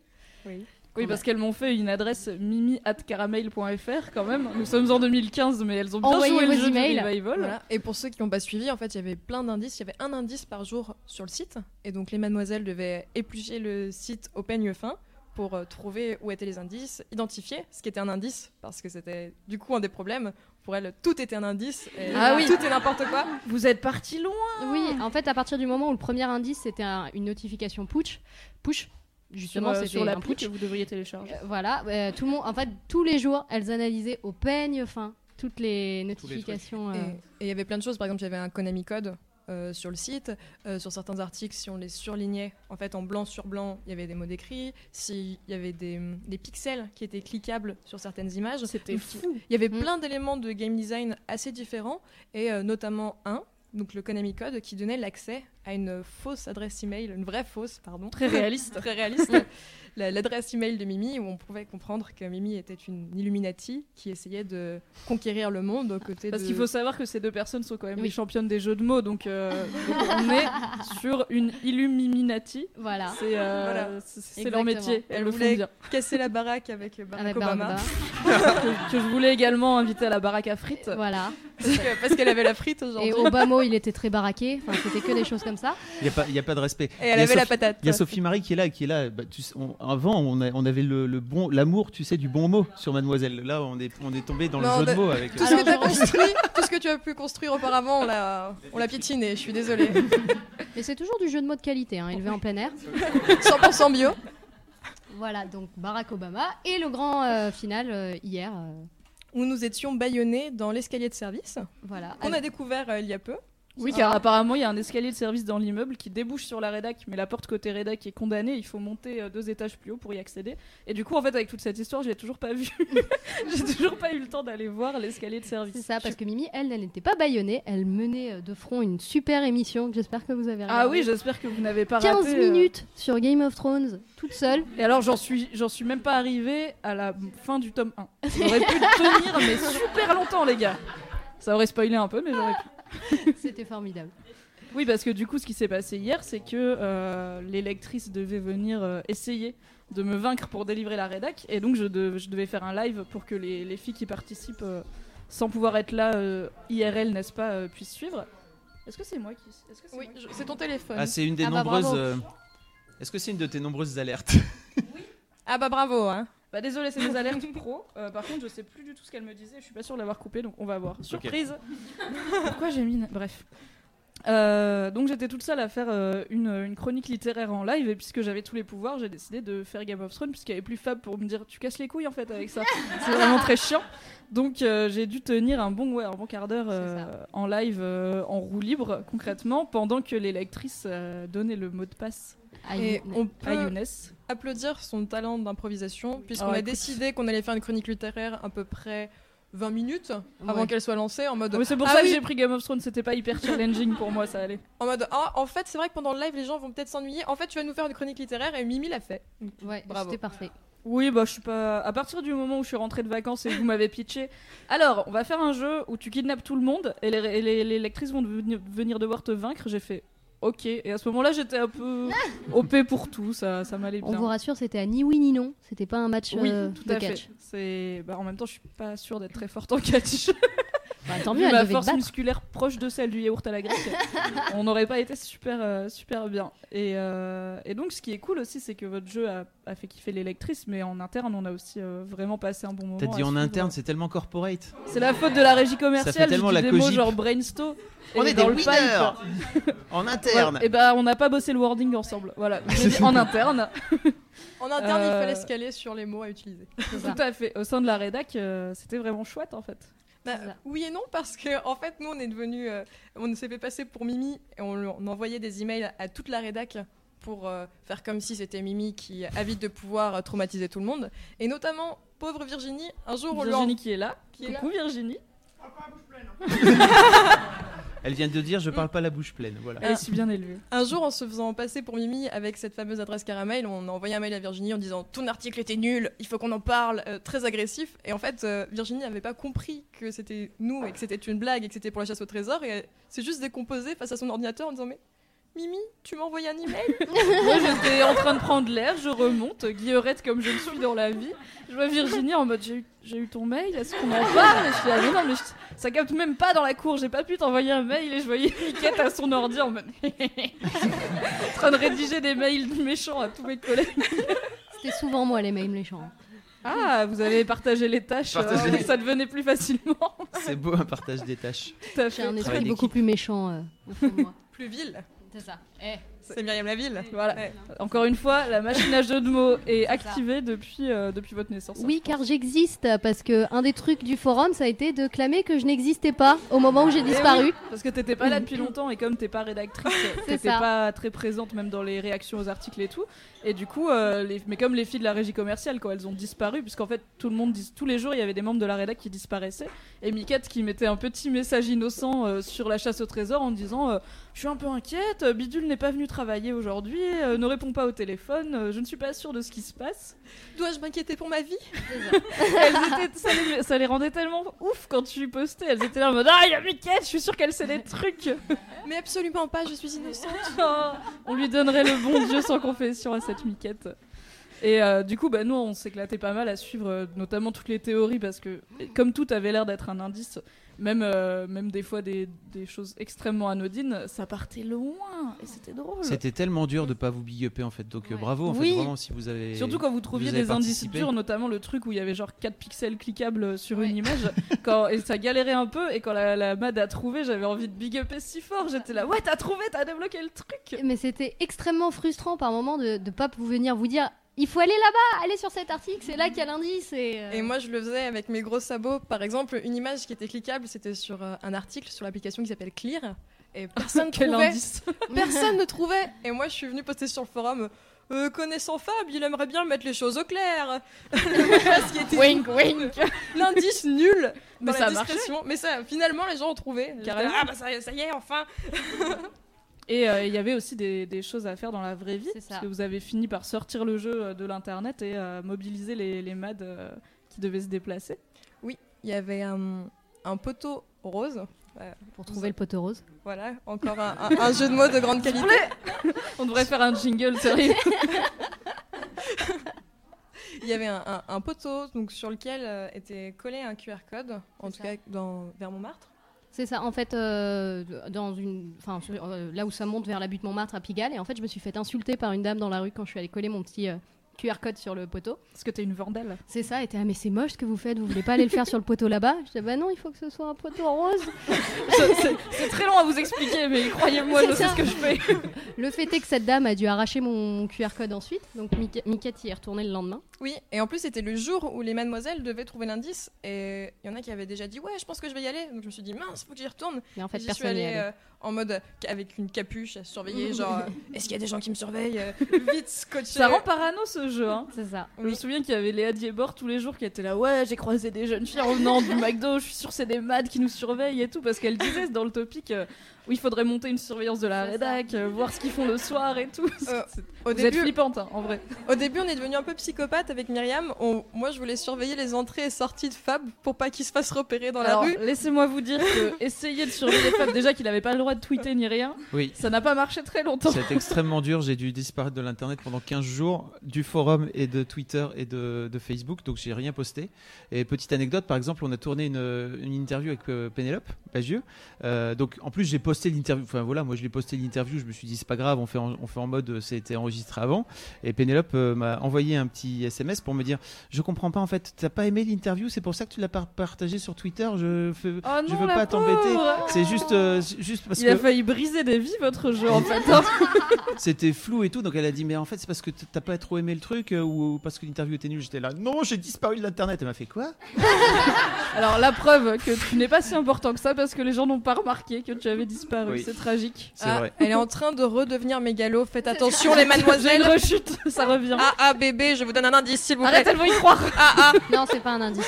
C: Oui,
G: Ouais.
C: parce qu'elles m'ont fait une adresse mimi.caramel.fr quand même. Nous sommes en 2015, mais elles ont bien
G: Envoyez
C: joué le
G: vos
C: jeu du
G: emails.
C: revival.
I: Voilà. Et pour ceux qui n'ont pas suivi, en fait, il y avait plein d'indices. Il y avait un indice par jour sur le site. Et donc, les mademoiselles devaient éplucher le site au peigne fin pour euh, trouver où étaient les indices, identifier ce qui était un indice, parce que c'était du coup un des problèmes. Pour elles, tout était un indice. et
C: Ah oui.
I: Tout est n'importe quoi.
C: Vous êtes parti loin.
G: Oui, en fait, à partir du moment où le premier indice c'était un- une notification push, push, justement,
C: sur, euh,
G: c'était
C: sur
G: un
C: l'appli que
G: push.
C: vous devriez télécharger.
G: Euh, Voilà, euh, tout le monde. En fait, tous les jours, elles analysaient au peigne fin toutes les
B: trucs.
G: notifications. euh,
I: Et et il y avait plein de choses. Par exemple, il y avait un Konami Code euh, sur le site. Euh, sur certains articles, si on les surlignait, en fait, en blanc sur blanc, il y avait des mots décrits. S'il y avait des, des pixels qui étaient cliquables sur certaines images.
C: C'était
I: Donc,
C: fou.
I: Il y avait
G: Mm.
I: plein d'éléments de game design assez différents, et euh, notamment un, donc le Konami Code, qui donnait l'accès à une fausse adresse email, une vraie fausse, pardon.
C: Très réaliste.
I: Très réaliste. La- L'adresse email de Mimi, où on pouvait comprendre que Mimi était une Illuminati qui essayait de conquérir le monde aux côtés
C: Parce
I: de-
C: qu'il faut savoir que ces deux personnes sont quand même
G: Oui.
C: les championnes des jeux de mots, donc, euh, donc on est sur une Illuminati.
G: Voilà.
C: C'est euh,
I: Voilà.
C: c'est- c'est leur
G: Exactement.
C: métier, elles
I: Elle
C: le font
I: voulait
C: bien.
I: casser la baraque avec euh, Barack
G: Avec Barack
I: Obama.
G: Obama.
C: Que, que je voulais également inviter à la baraque à frites.
G: Voilà.
I: Parce que- parce qu'elle avait la frite
G: Et
I: aujourd'hui.
G: Obama, il était très baraqué. Enfin, c'était que des choses comme ça.
B: Il n'y a, pas- il y a pas de respect.
I: Et
B: Il y a
I: elle avait la
B: Sophie-
I: patate.
B: Il y a Sophie Marie qui est là, qui est là. Bah, tu sais, on- avant, on, a- on avait le, le bon, l'amour, tu sais, du bon mot sur Mademoiselle. Là, on est, on est tombé dans le
I: Non,
B: jeu de
I: mais-
B: mots avec. euh,
I: Tout ce, que t'as construit, tout ce que tu as pu construire auparavant, on l'a- on l'a piétiné, je suis désolée.
G: Mais c'est toujours du jeu de mots de qualité, hein, élevé en plein air.
I: 100% bio.
G: Voilà, donc Barack Obama et le grand euh, final euh, hier. euh,
I: où nous étions baillonnés dans l'escalier de service,
G: voilà.
I: qu'on a découvert euh, il y a peu.
C: Oui, car apparemment, il y a un escalier de service dans l'immeuble qui débouche sur la rédac, mais la porte côté rédac est condamnée. Il faut monter euh, deux étages plus haut pour y accéder. Et du coup, en fait, avec toute cette histoire, je l'ai toujours pas vu. J'ai toujours pas eu le temps d'aller voir l'escalier de
G: C'est
C: service.
G: ça, parce que Mimi, elle, elle n'était pas baïonnée. Elle menait euh, de front une super émission que j'espère que vous avez regardée.
C: Ah oui, j'espère que vous n'avez pas
G: 15
C: raté. euh,
G: minutes sur Game of Thrones, toute seule.
C: Et alors, j'en suis, j'en suis même pas arrivée à la fin du tome 1. J'aurais pu le tenir, mais super longtemps, les gars. Ça aurait spoilé un peu, mais j'aurais pu.
G: C'était formidable.
C: Oui, parce que du coup, ce qui s'est passé hier, c'est que euh, les lectrices devaient venir euh, essayer de me vaincre pour délivrer la rédac. Et donc, je, dev- je devais faire un live pour que les, les filles qui participent, euh, sans pouvoir être là, euh, IRL, n'est-ce pas, euh, puissent suivre. Est-ce que c'est moi qui. Est-ce que c'est
I: Oui,
C: moi qui-
I: je- c'est ton téléphone.
B: Ah, c'est une des
G: Ah bah,
B: nombreuses.
G: bravo.
B: euh, Est-ce que c'est une de tes nombreuses alertes
I: Ah bah bravo, hein.
C: Bah, désolé, c'est mes alertes pro. Euh, par contre, je sais plus du tout ce qu'elle me disait. Je suis pas sûre de l'avoir coupé, donc on va voir. Surprise Pourquoi j'ai mis. na- Bref. Euh, donc j'étais toute seule à faire euh, une, une chronique littéraire en live et puisque j'avais tous les pouvoirs j'ai décidé de faire Game of Thrones puisqu'il n'y avait plus Fab pour me dire tu casses les couilles en fait avec ça c'est vraiment très chiant donc euh, j'ai dû tenir un bon, ouais, un bon quart d'heure euh, en live euh, en roue libre concrètement pendant que les lectrices euh, donnaient le mot de passe
I: Et
G: Aïe.
I: on
C: à
I: peut
C: Younes
I: applaudir son talent d'improvisation, puisqu'on
C: Oh,
I: a
C: écoute.
I: décidé qu'on allait faire une chronique littéraire à peu près 20 minutes avant
G: Ouais.
I: qu'elle soit lancée, en mode...
C: Mais c'est pour
I: ah
C: ça
I: oui,
C: que j'ai pris Game of Thrones c'était pas hyper challenging pour moi ça allait
I: En mode, ah, en fait, c'est vrai que pendant le live, les gens vont peut-être s'ennuyer. En fait, tu vas nous faire une chronique littéraire, et Mimi l'a fait.
G: Ouais,
I: Bravo.
G: c'était parfait.
C: Oui, bah je suis pas. À partir du moment où je suis rentrée de vacances et que vous m'avez pitché, alors on va faire un jeu où tu kidnappes tout le monde et les, et les- les lectrices vont deven- venir devoir te vaincre. J'ai fait ok. Et à ce moment-là, j'étais un peu OP pour tout, ça, ça m'allait
G: On
C: bien.
G: vous rassure, c'était à ni oui ni non. C'était pas un match
C: Oui,
G: euh,
C: tout
G: de
C: à
G: catch.
C: fait. C'est... Bah, en même temps, je suis pas sûre d'être très forte en catch.
G: Bah, tant
C: Vu
G: mieux, elle
C: ma
G: devait te
C: force
G: battre.
C: musculaire proche de celle du yaourt à la grecque, on n'aurait pas été super, euh, super bien. Et, euh, et donc, ce qui est cool aussi, c'est que votre jeu a, a fait kiffer l'électrice, mais en interne, on a aussi euh, vraiment passé un bon moment.
B: T'as
C: à
B: dit en
C: suivre.
B: interne, c'est tellement corporate.
C: C'est la faute de la régie commerciale.
B: Ça fait tellement
C: j'ai dit
B: la
C: des mots
B: cogip.
C: genre brainstorm.
B: On
C: et
B: est
C: dans le
B: des
C: pipe.
B: winners En interne.
C: et ben, on n'a pas bossé le wording ensemble. Voilà, j'ai dit en interne.
I: En interne, il
C: Euh,
I: fallait se caler sur les mots à utiliser.
G: C'est ça.
C: Tout à fait. Au sein de la rédac, euh, c'était vraiment chouette en fait.
I: Bah,
G: ça.
I: oui et non, parce que en fait, nous, on est devenus. euh, on s'est fait passer pour Mimi et on, lui- on envoyait des emails à toute la rédac pour euh, faire comme si c'était Mimi qui avide de pouvoir euh, traumatiser tout le monde. Et notamment, pauvre Virginie, un jour, on lui en-
C: Virginie qui est là.
I: Qui est là.
C: Coucou Virginie.
B: Elle vient de dire, je parle pas la bouche pleine. Voilà.
I: Ah.
C: Elle est bien élevée.
I: un jour, en se faisant passer pour Mimi avec cette fameuse adresse caramel, on a envoyé un mail à Virginie en disant Ton article était nul, il faut qu'on en parle, euh, très agressif. Et en fait, euh, Virginie n'avait pas compris que c'était nous et que c'était une blague et que c'était pour la chasse au trésor. Et elle s'est juste décomposée face à son ordinateur en disant Mais Mimi, tu m'as envoyé un email
C: Moi, j'étais en train de prendre l'air, je remonte, guillerette comme je le suis dans la vie. Je vois Virginie en mode j'ai eu, j'ai eu ton mail, est-ce qu'on en parle Et je suis là, mais non, mais je- ça capte même pas dans la cour, j'ai pas pu t'envoyer un mail et je voyais Miquette à son ordi en mode en train de rédiger des mails méchants à tous mes collègues.
G: C'était souvent moi les mails méchants.
C: Ah, vous avez partagé les tâches, euh,
B: Partagé les-
C: ça devenait plus facilement.
B: C'est beau un partage des tâches.
C: Tout à
G: J'ai
C: fait.
G: un
B: Travail
G: esprit
B: d'équipe.
G: beaucoup plus méchant euh, au fond de moi.
I: Plus vil,
G: C'est ça. Eh.
I: c'est Myriam Laville.
C: Voilà.
I: Ouais.
C: Encore une fois, la machine à jeux de mots est activée depuis, euh, depuis votre naissance.
G: Oui, car j'existe parce que un des trucs du forum, ça a été de clamer que je n'existais pas au moment où j'ai
C: Eh
G: disparu.
C: oui, parce que t'étais pas là depuis longtemps et comme t'es pas rédactrice, t'étais
G: ça.
C: pas très présente même dans les réactions aux articles et tout. Et du coup, euh, les- mais comme les filles de la régie commerciale, quoi, elles ont disparu, puisqu'en fait, tout le monde, dis- tous les jours, il y avait des membres de la rédac qui disparaissaient. Et Miquette qui mettait un petit message innocent euh, sur la chasse au trésor en disant euh, Je suis un peu inquiète, euh, Bidule n'est pas venu travailler aujourd'hui, euh, ne réponds pas au téléphone, euh, je ne suis pas sûre de ce qui se passe.
I: Dois-je m'inquiéter pour ma vie
C: Elles étaient- ça, les, ça les rendait tellement ouf quand tu postais. Elles étaient là en mode Ah, il y a Miquette, je suis sûre qu'elle sait des trucs
I: Mais absolument pas, je suis innocente.
C: Oh, on lui donnerait le bon Dieu sans confession à cette miquette. Et euh, du coup, bah, nous, on s'éclatait pas mal à suivre euh, notamment toutes les théories parce que, comme tout avait l'air d'être un indice, même, euh, même des fois des, des choses extrêmement anodines, ça partait loin et c'était drôle.
B: C'était tellement dur de pas vous big upper en fait. Donc euh,
G: Ouais.
B: bravo en
C: Oui.
B: fait vraiment si vous avez.
C: Surtout quand vous trouviez
B: vous avez
C: des indices
B: participé.
C: durs, notamment le truc où il y avait genre 4 pixels cliquables sur
G: Ouais.
C: une image, quand, et ça galérait un peu. Et quand la, la MAD a trouvé, j'avais envie de big upper si fort. J'étais là, ouais, t'as trouvé, t'as débloqué le truc.
G: Mais c'était extrêmement frustrant par moment de ne pas vous venir vous dire il faut aller là-bas, aller sur cet article, c'est là qu'il y a l'indice. Et, euh,
I: Et moi, je le faisais avec mes gros sabots. Par exemple, une image qui était cliquable, c'était sur euh, un article sur l'application qui s'appelle Clear. Et personne,
C: Quel
I: trouvait.
C: indice
I: personne ne trouvait. Et moi, je suis venue poster sur le forum. euh, connaissant Fab, il aimerait bien mettre les choses au clair. Parce qu'il était
C: Wink, wink
I: l'indice nul
C: Mais
I: dans
C: ça
I: la
C: a marché.
I: discrétion. Mais ça, finalement, les gens ont trouvé. J'étais
C: Carrément.
I: là, Ah bah ça, ça y est, enfin.
C: Et euh, il y avait aussi des, des choses à faire dans la vraie vie.
G: C'est ça.
C: Parce que vous avez fini par sortir le jeu euh, de l'internet et euh, mobiliser les, les MAD euh, qui devaient se déplacer.
I: Oui, il y avait un, un poteau rose. euh,
G: pour trouver le poteau rose.
I: Voilà, encore un, un- un jeu de mots de grande qualité.
C: On devrait faire un jingle, sérieux.
I: Il y avait un, un- un poteau donc, sur lequel euh, était collé un QR code, en
G: C'est
I: tout
G: ça.
I: cas dans, vers Montmartre.
G: C'est ça. En fait, euh, dans une, enfin, sur- euh, là où ça monte vers la butte Montmartre à Pigalle, et en fait, je me suis fait insulter par une dame dans la rue quand je suis allée coller mon petit euh, QR code sur le poteau.
C: Parce que t'es une vandale.
G: C'est ça. Elle était ah mais c'est moche ce que vous faites. Vous voulez pas aller le faire sur le poteau là-bas Je dis bah non, il faut que ce soit un poteau rose.
C: Je- C'est c'est très long à vous expliquer, mais croyez-moi, je
G: C'est
C: sais
G: ça.
C: ce que je fais.
G: Le fait est que cette dame a dû arracher mon QR code ensuite. Donc Mica- Miquette y est retournée le lendemain.
I: Oui, et en plus c'était le jour où les mademoiselles devaient trouver l'indice, et il y en a qui avaient déjà dit ouais je pense que je vais y aller, donc je me suis dit mince faut que j'y retourne.
G: Mais en fait,
I: Et j'y suis
G: personne n'y
I: allée
G: allait.
I: euh, en mode euh, avec une capuche à surveiller, genre euh, est-ce qu'il y a des gens qui me surveillent, Euh, vite scotché.
C: Ça rend parano ce ce jeu. hein.
G: C'est ça.
C: Je me souviens qu'il y avait Léa Diebor tous les jours qui était là. Ouais, j'ai croisé des jeunes filles en venant du McDo. Je suis sûre que c'est des mads qui nous surveillent et tout. Parce qu'elle disait dans le topic euh, où il faudrait monter une surveillance de la
G: C'est
C: rédac, euh, voir ce qu'ils font le soir et tout.
I: Euh, Au
C: Vous êtes
I: début,
C: flippante, hein, en vrai.
I: au début, on est devenu un peu psychopathe avec Myriam. On- moi, je voulais surveiller les entrées et sorties de Fab pour pas qu'il se fasse repérer dans
C: Alors,
I: la rue.
C: laissez-moi vous dire que essayer de surveiller Fab, déjà qu'il n'avait pas le droit de tweeter ni rien,
B: Oui.
C: ça n'a pas marché très longtemps.
B: C'est extrêmement dur. J'ai dû disparaître de l'internet pendant 15 jours, du forum et de Twitter et de, de Facebook. Donc j'ai rien posté. Et petite anecdote, par exemple, on a tourné une, une interview avec euh, Pénélope Bagieux. Euh, donc en plus j'ai posté l'interview. Enfin voilà, moi je l'ai posté l'interview. Je me suis dit c'est pas grave, on fait en, on fait en mode euh, c'était enregistré avant. Et Pénélope euh, m'a envoyé un petit SMS pour me dire je comprends pas en fait, t'as pas aimé l'interview, c'est pour ça que tu l'as pas partagé sur Twitter. Je fais-
C: Oh
B: je
C: non,
B: veux
C: la
B: pas t'embêter.
C: pauvre
B: C'est juste euh, juste parce
C: Il
B: que
C: a failli briser des vies, votre jeu, en fait. hein.
B: c'était flou et tout, donc elle a dit mais en fait c'est parce que t'as pas trop aimé le truc euh, ou, ou parce que l'interview était nulle. J'étais là non j'ai disparu de l'internet. Elle m'a fait quoi
C: Alors, la preuve que tu n'es pas si important que ça parce que les gens n'ont pas remarqué que tu avais disparu.
B: Oui.
C: C'est tragique.
B: C'est
I: Ah,
B: vrai.
I: Elle est en train de redevenir mégalo. Faites attention, les mademoiselles.
C: Une rechute, ça revient.
I: Ah ah bébé, je vous donne un indice s'il vous plaît.
C: Arrête, elle va y croire.
I: Ah ah,
G: Non, c'est pas un indice.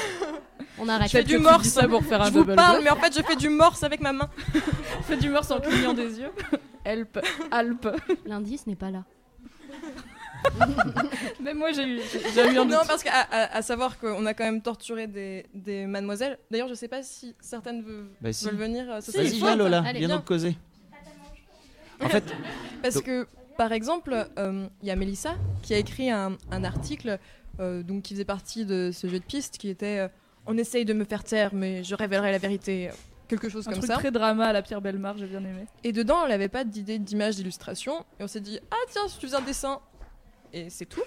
G: On arrête.
I: je fais du morse.
C: ça pour faire un
I: Je vous
C: double
I: parle, mais en fait, je fais du morse avec ma main.
C: bluff. Fais du morse en clignant des yeux. Help, Alp.
G: L'indice n'est pas là.
C: Même moi, j'ai eu, j'ai- j'ai eu un doute.
I: Non, parce qu'à à, à savoir qu'on a quand même torturé des, des mademoiselles. D'ailleurs, je sais pas si certaines veulent,
B: Bah, si.
I: veulent venir. euh, ce soir.
B: Vas-y viens Lola,
G: Allez,
B: viens
I: viens.
B: donc causer. En fait
I: Parce que, par exemple, euh, il y a Mélissa qui a écrit un, un article euh, donc, qui faisait partie de ce jeu de piste qui était euh, On essaye de me faire taire, mais je révélerai la vérité. Quelque chose
C: Un
I: comme
C: truc
I: ça.
C: très drama à la Pierre Bellemare, j'ai bien aimé.
I: Et dedans, elle n'avait pas d'idée d'image, d'illustration. Et on s'est dit Ah, tiens, si tu faisais un dessin. Et c'est tout.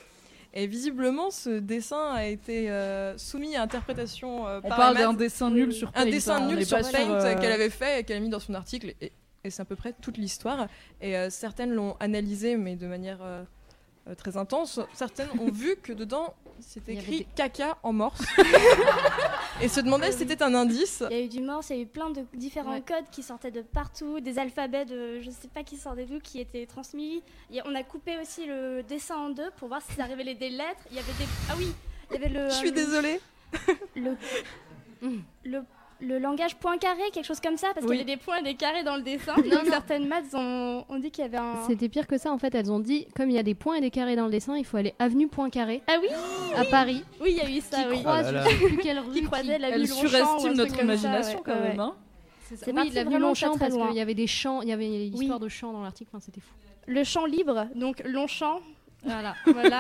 I: Et visiblement, ce dessin a été euh, soumis à interprétation euh,
C: On
I: par
C: parle
I: Ahmed.
C: d'un dessin nul sur
I: un
C: Paint,
I: dessin
C: hein, on
I: nul
C: n'est
I: sur
C: pas
I: Paint
C: euh,
I: qu'elle avait fait et qu'elle a mis dans son article. Et, et c'est à peu près toute l'histoire. Et euh, certaines l'ont analysé, mais de manière euh, euh, très intense. Certaines ont vu que dedans, c'était
G: Il y avait
I: écrit
G: des-
I: caca en morse. et se demandaient si c'était un indice.
J: Il y a eu du morse, il y a eu plein de différents codes qui sortaient de partout, des alphabets de je sais pas qui sortaient d'où qui étaient transmis. Il y a- on a coupé aussi le dessin en deux pour voir si ça révélait des lettres. Il y avait des. Ah oui Il y avait le.
I: Je suis
J: euh,
I: désolée.
J: Le, le, le langage point carré, quelque chose comme ça, parce
C: Oui.
J: qu'il y avait des points et des carrés dans le dessin.
G: Non,
J: Donc
G: non.
J: certaines maths ont, ont dit qu'il y avait un.
G: C'était pire que ça en fait. Elles ont dit comme il y a des points et des carrés dans le dessin, il faut aller avenue Point Carré
J: Ah oui
G: à Paris.
J: Oui, il y a eu ça,
G: qui
J: oui.
G: croise,
B: Ah là
G: je
B: là.
G: sais plus quelle rue.
J: Qui croisait la
C: Elle
J: ville Longchamp ou un
C: surestime
J: truc
C: notre
J: comme ça,
C: imagination
J: ouais,
C: quand
J: ouais.
C: même. hein.
J: C'est
G: Oui,
J: parti
G: l'avenue
J: vraiment
G: Longchamp
J: pas très
G: parce
J: loin.
G: qu'il y avait des champs, il y avait l'histoire
J: l'histoire
G: de champs dans l'article. c'était fou.
J: Le champ libre, donc Longchamp.
G: Voilà.
J: Voilà.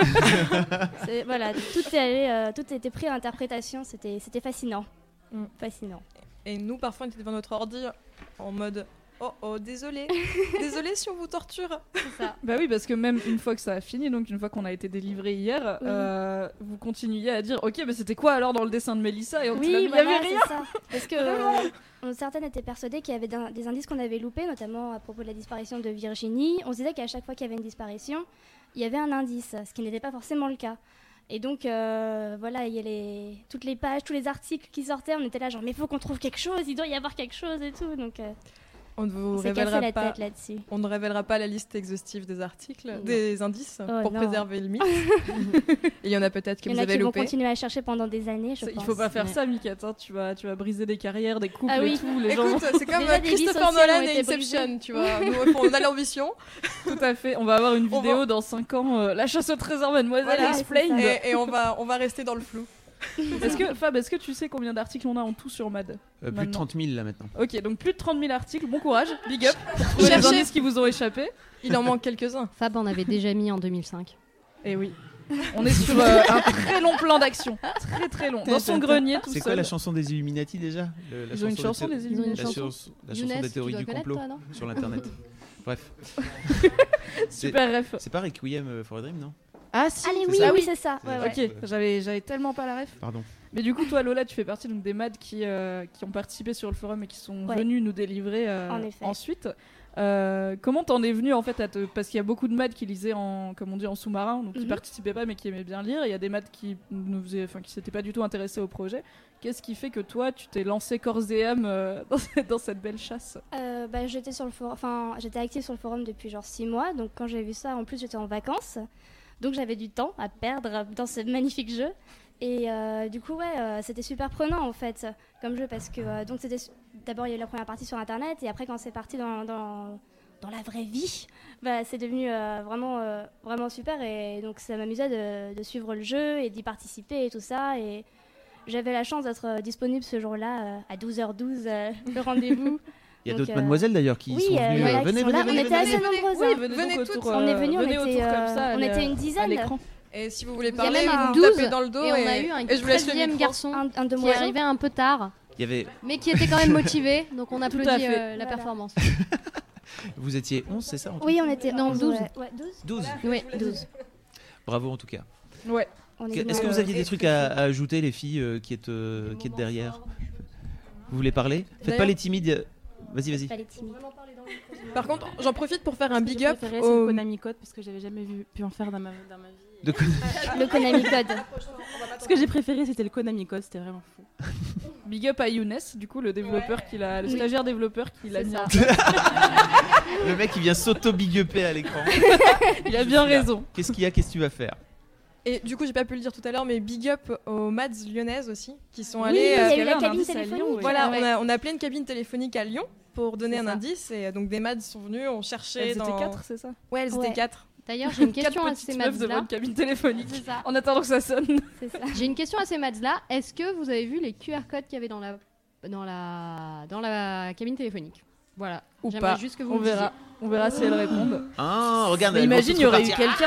J: C'est- voilà, tout est allé, euh, tout était pris à interprétation, c'était c'était fascinant.
I: Mm.
J: Fascinant.
I: Et nous, parfois, on était devant notre ordi en mode Oh oh, désolée. désolée si on vous torture.
C: Bah oui, parce que même une fois que ça a fini, donc une fois qu'on a été délivré hier,
J: Oui.
C: euh, vous continuiez à dire Ok, mais c'était quoi alors dans le dessin de Mélissa Et on était là,
J: Oui,
C: mais
J: voilà,
C: il y avait rien
J: c'est ça. Parce que euh, on- certaines étaient persuadées qu'il y avait d'un- des indices qu'on avait loupés, notamment à propos de la disparition de Virginie. On se disait qu'à chaque fois qu'il y avait une disparition, il y avait un indice, ce qui n'était pas forcément le cas. Et donc, euh, voilà, il y a les, toutes les pages, tous les articles qui sortaient, on était là genre, mais faut qu'on trouve quelque chose, il doit y avoir quelque chose et tout. Donc, euh,
I: On ne vous
J: on s'est cassé
I: révélera
J: la
I: pas.
J: tête là-dessus.
I: On ne révélera pas la liste exhaustive des articles,
J: Non.
I: des indices,
J: Oh
I: pour
J: non.
I: préserver le mythe. Il y en a peut-être que
J: Il y
I: vous
J: en a
I: avez
J: qui vont
I: loupé.
J: continuer à chercher pendant des années, je
C: C'est-
J: pense.
C: Il faut pas faire
G: mais-
C: ça, Miquette. hein, Tu, vas, tu vas briser des carrières, des couples
J: Ah
C: et
J: oui.
C: tout. Les gens vont
I: Écoute, c'est comme
J: Déjà,
I: euh,
J: des listes
I: Christopher
J: sociales
I: Nolan
J: ont
I: et
J: été
I: Inception, tu vois. Nous, on a l'ambition
C: tout à fait. On va avoir une
I: On
C: vidéo
I: va-
C: dans 5 ans euh, La chasse au trésor, mademoiselle
I: Voilà,
C: Explained.
I: et, et on, va, on va rester dans le flou.
C: Est-ce que, Fab, est-ce que tu sais combien d'articles on a en tout sur MAD
B: euh, plus de
C: Maintenant.
B: 30 000 là maintenant.
C: Ok, donc plus de 30 000 articles. Bon courage, big up. pour trouver les
I: Cherchez.
C: indices qui vous ont échappé.
I: Il en manque quelques-uns. Eh
G: Fab en avait déjà mis en 2005.
C: Et oui. On est sur euh, un très long plan d'action. Très très long. Dans son grenier, tout
B: C'est quoi
C: seul.
B: la chanson des Illuminati déjà Le- la
C: Ils ont une chanson
B: thé-
C: des
G: Ils ont une
B: la
G: chanson.
B: chanson- la chanson des théories du complot sur l'internet. Bref. C'est-
C: Super ref.
B: C'est pas Requiem euh, for a Dream non
C: Ah si.
J: Allez,
B: C'est
J: oui,
B: ça.
J: oui, c'est ça.
B: C'est
J: ouais,
B: ça.
J: ouais.
C: Ok, j'avais j'avais tellement pas la ref.
B: Pardon.
C: Mais du coup, toi, Lola, tu fais partie donc, des MAD qui, euh, qui ont participé sur le forum et qui sont
J: Ouais.
C: venus nous délivrer euh,
J: En effet.
C: ensuite. Euh, comment t'en es venu en fait à te... Parce qu'il y a beaucoup de MAD qui lisaient en, comme on dit, en sous-marin, donc qui
J: Mhm.
C: participaient pas mais qui aimaient bien lire. Il y a des MAD qui ne faisaient... enfin, qui s'étaient pas du tout intéressés au projet. Qu'est-ce qui fait que toi, tu t'es lancé corps et âme euh, dans, cette, dans cette belle chasse
J: Euh, bah, j'étais sur le forum, enfin j'étais active sur le forum depuis genre 6 mois, donc quand j'ai vu ça, en plus j'étais en vacances, Donc j'avais du temps à perdre dans ce magnifique jeu. Et euh, du coup, ouais, euh, c'était super prenant en fait comme jeu parce que euh, donc c'était su- d'abord il y a eu la première partie sur internet et après quand c'est parti dans, dans, dans la vraie vie, bah, c'est devenu euh, vraiment euh, vraiment super et donc ça m'amusait de, de suivre le jeu et d'y participer et tout ça et j'avais la chance d'être euh, disponible ce jour-là euh, à 12h12 euh, le rendez-vous.
B: Il y a
J: Donc,
B: d'autres
J: euh,
B: mademoiselles d'ailleurs qui
J: oui,
B: sont
J: euh,
B: venues.
J: voilà,
B: euh,
J: qui
B: venez,
J: sont là.
B: venez, venez,
J: on était assez nombreuses. hein.
C: Oui, venez, donc autour,
I: euh,
B: euh,
J: on est venus, on
C: venez
J: était,
C: autour comme
J: euh,
C: ça, à
J: on
C: l'é-
J: était une dizaine.
C: à l'écran.
I: Et si vous voulez
J: Il y a
I: parler,
J: même
I: vous
J: un
I: me
J: 12
I: tapez dans le dos.
G: et on a eu un
I: et je vous laisse le
G: 13e
I: micro.
G: garçon
J: Un- un de
G: qui
J: moins.
G: est arrivé un peu tard,
B: Il y avait...
G: mais qui était quand même motivé, donc on applaudit
C: fait.
G: euh, la
J: Voilà.
G: performance.
B: Vous étiez 11, c'est ça en tout
J: Oui, on était
G: Non,
J: onze,
G: 12.
J: ouais. Ouais, 12.
B: 12.
G: Oui, 12.
B: Bravo en tout cas.
I: Ouais.
J: On est
B: Que-
J: venus,
B: Est-ce que vous
J: euh,
B: aviez des trucs à, à ajouter, les filles euh, qui êtes, euh, qui êtes derrière Vous voulez parler Faites pas
I: D'ailleurs-
B: les timides. euh, Vas-y, vas-y.
J: pas les timides.
I: Par contre, j'en profite pour faire un big
E: Je
I: up.
E: préférais, c'est
I: au-
E: le Konami Code parce que j'avais jamais vu, pu en faire dans ma, dans ma vie.
B: De quoi-
J: Le Konami Code.
E: Ce que j'ai préféré, c'était le Konami Code, c'était vraiment fou.
C: Big up à Younes, du coup, le développeur qu'il a, le stagiaire développeur qui l'a
G: C'est
C: mis
G: ça.
C: en place.
B: Le mec, il vient s'auto-big-upper à l'écran.
C: Il a
B: Je
C: bien
B: suis là.
C: raison.
B: Qu'est-ce qu'il y a Qu'est-ce que tu vas faire
I: Et du coup, j'ai pas pu le dire tout à l'heure, mais big up aux Mads lyonnaises aussi, qui sont
J: Oui, il
I: allées.
J: y a
I: euh,
J: eu
C: qu'elle a
J: la
C: un
J: cabine
C: indice à Lyon,
J: téléphonique.
C: ouais.
I: Voilà,
J: Ouais.
I: on, a, on a appelé une cabine téléphonique à Lyon pour donner
C: C'est
I: un
C: ça.
I: indice. Et euh, donc des Mads sont venues, on cherchait.
C: Elles étaient
I: dans-
C: quatre, c'est ça
I: Ouais, elles
J: Ouais.
I: étaient quatre.
G: D'ailleurs, j'ai une question
C: Quatre
G: à
C: petites
G: ces
C: meufs devant
G: maths-là.
C: une cabine téléphonique.
G: C'est ça.
C: En attendant que ça sonne.
J: C'est ça.
G: J'ai une question à ces maths-là. Est-ce que vous avez vu les QR codes qu'il y avait dans la, dans la, dans la cabine téléphonique Voilà.
C: Ou
G: J'aimerais
C: pas.
G: juste que vous
C: On
G: me disiez.
C: verra. On verra si elles répondent.
B: Ah, regarde.
C: Mais
B: elle
C: imagine,
B: montre
C: il y aurait
B: son
C: eu
B: parti.
C: quelqu'un.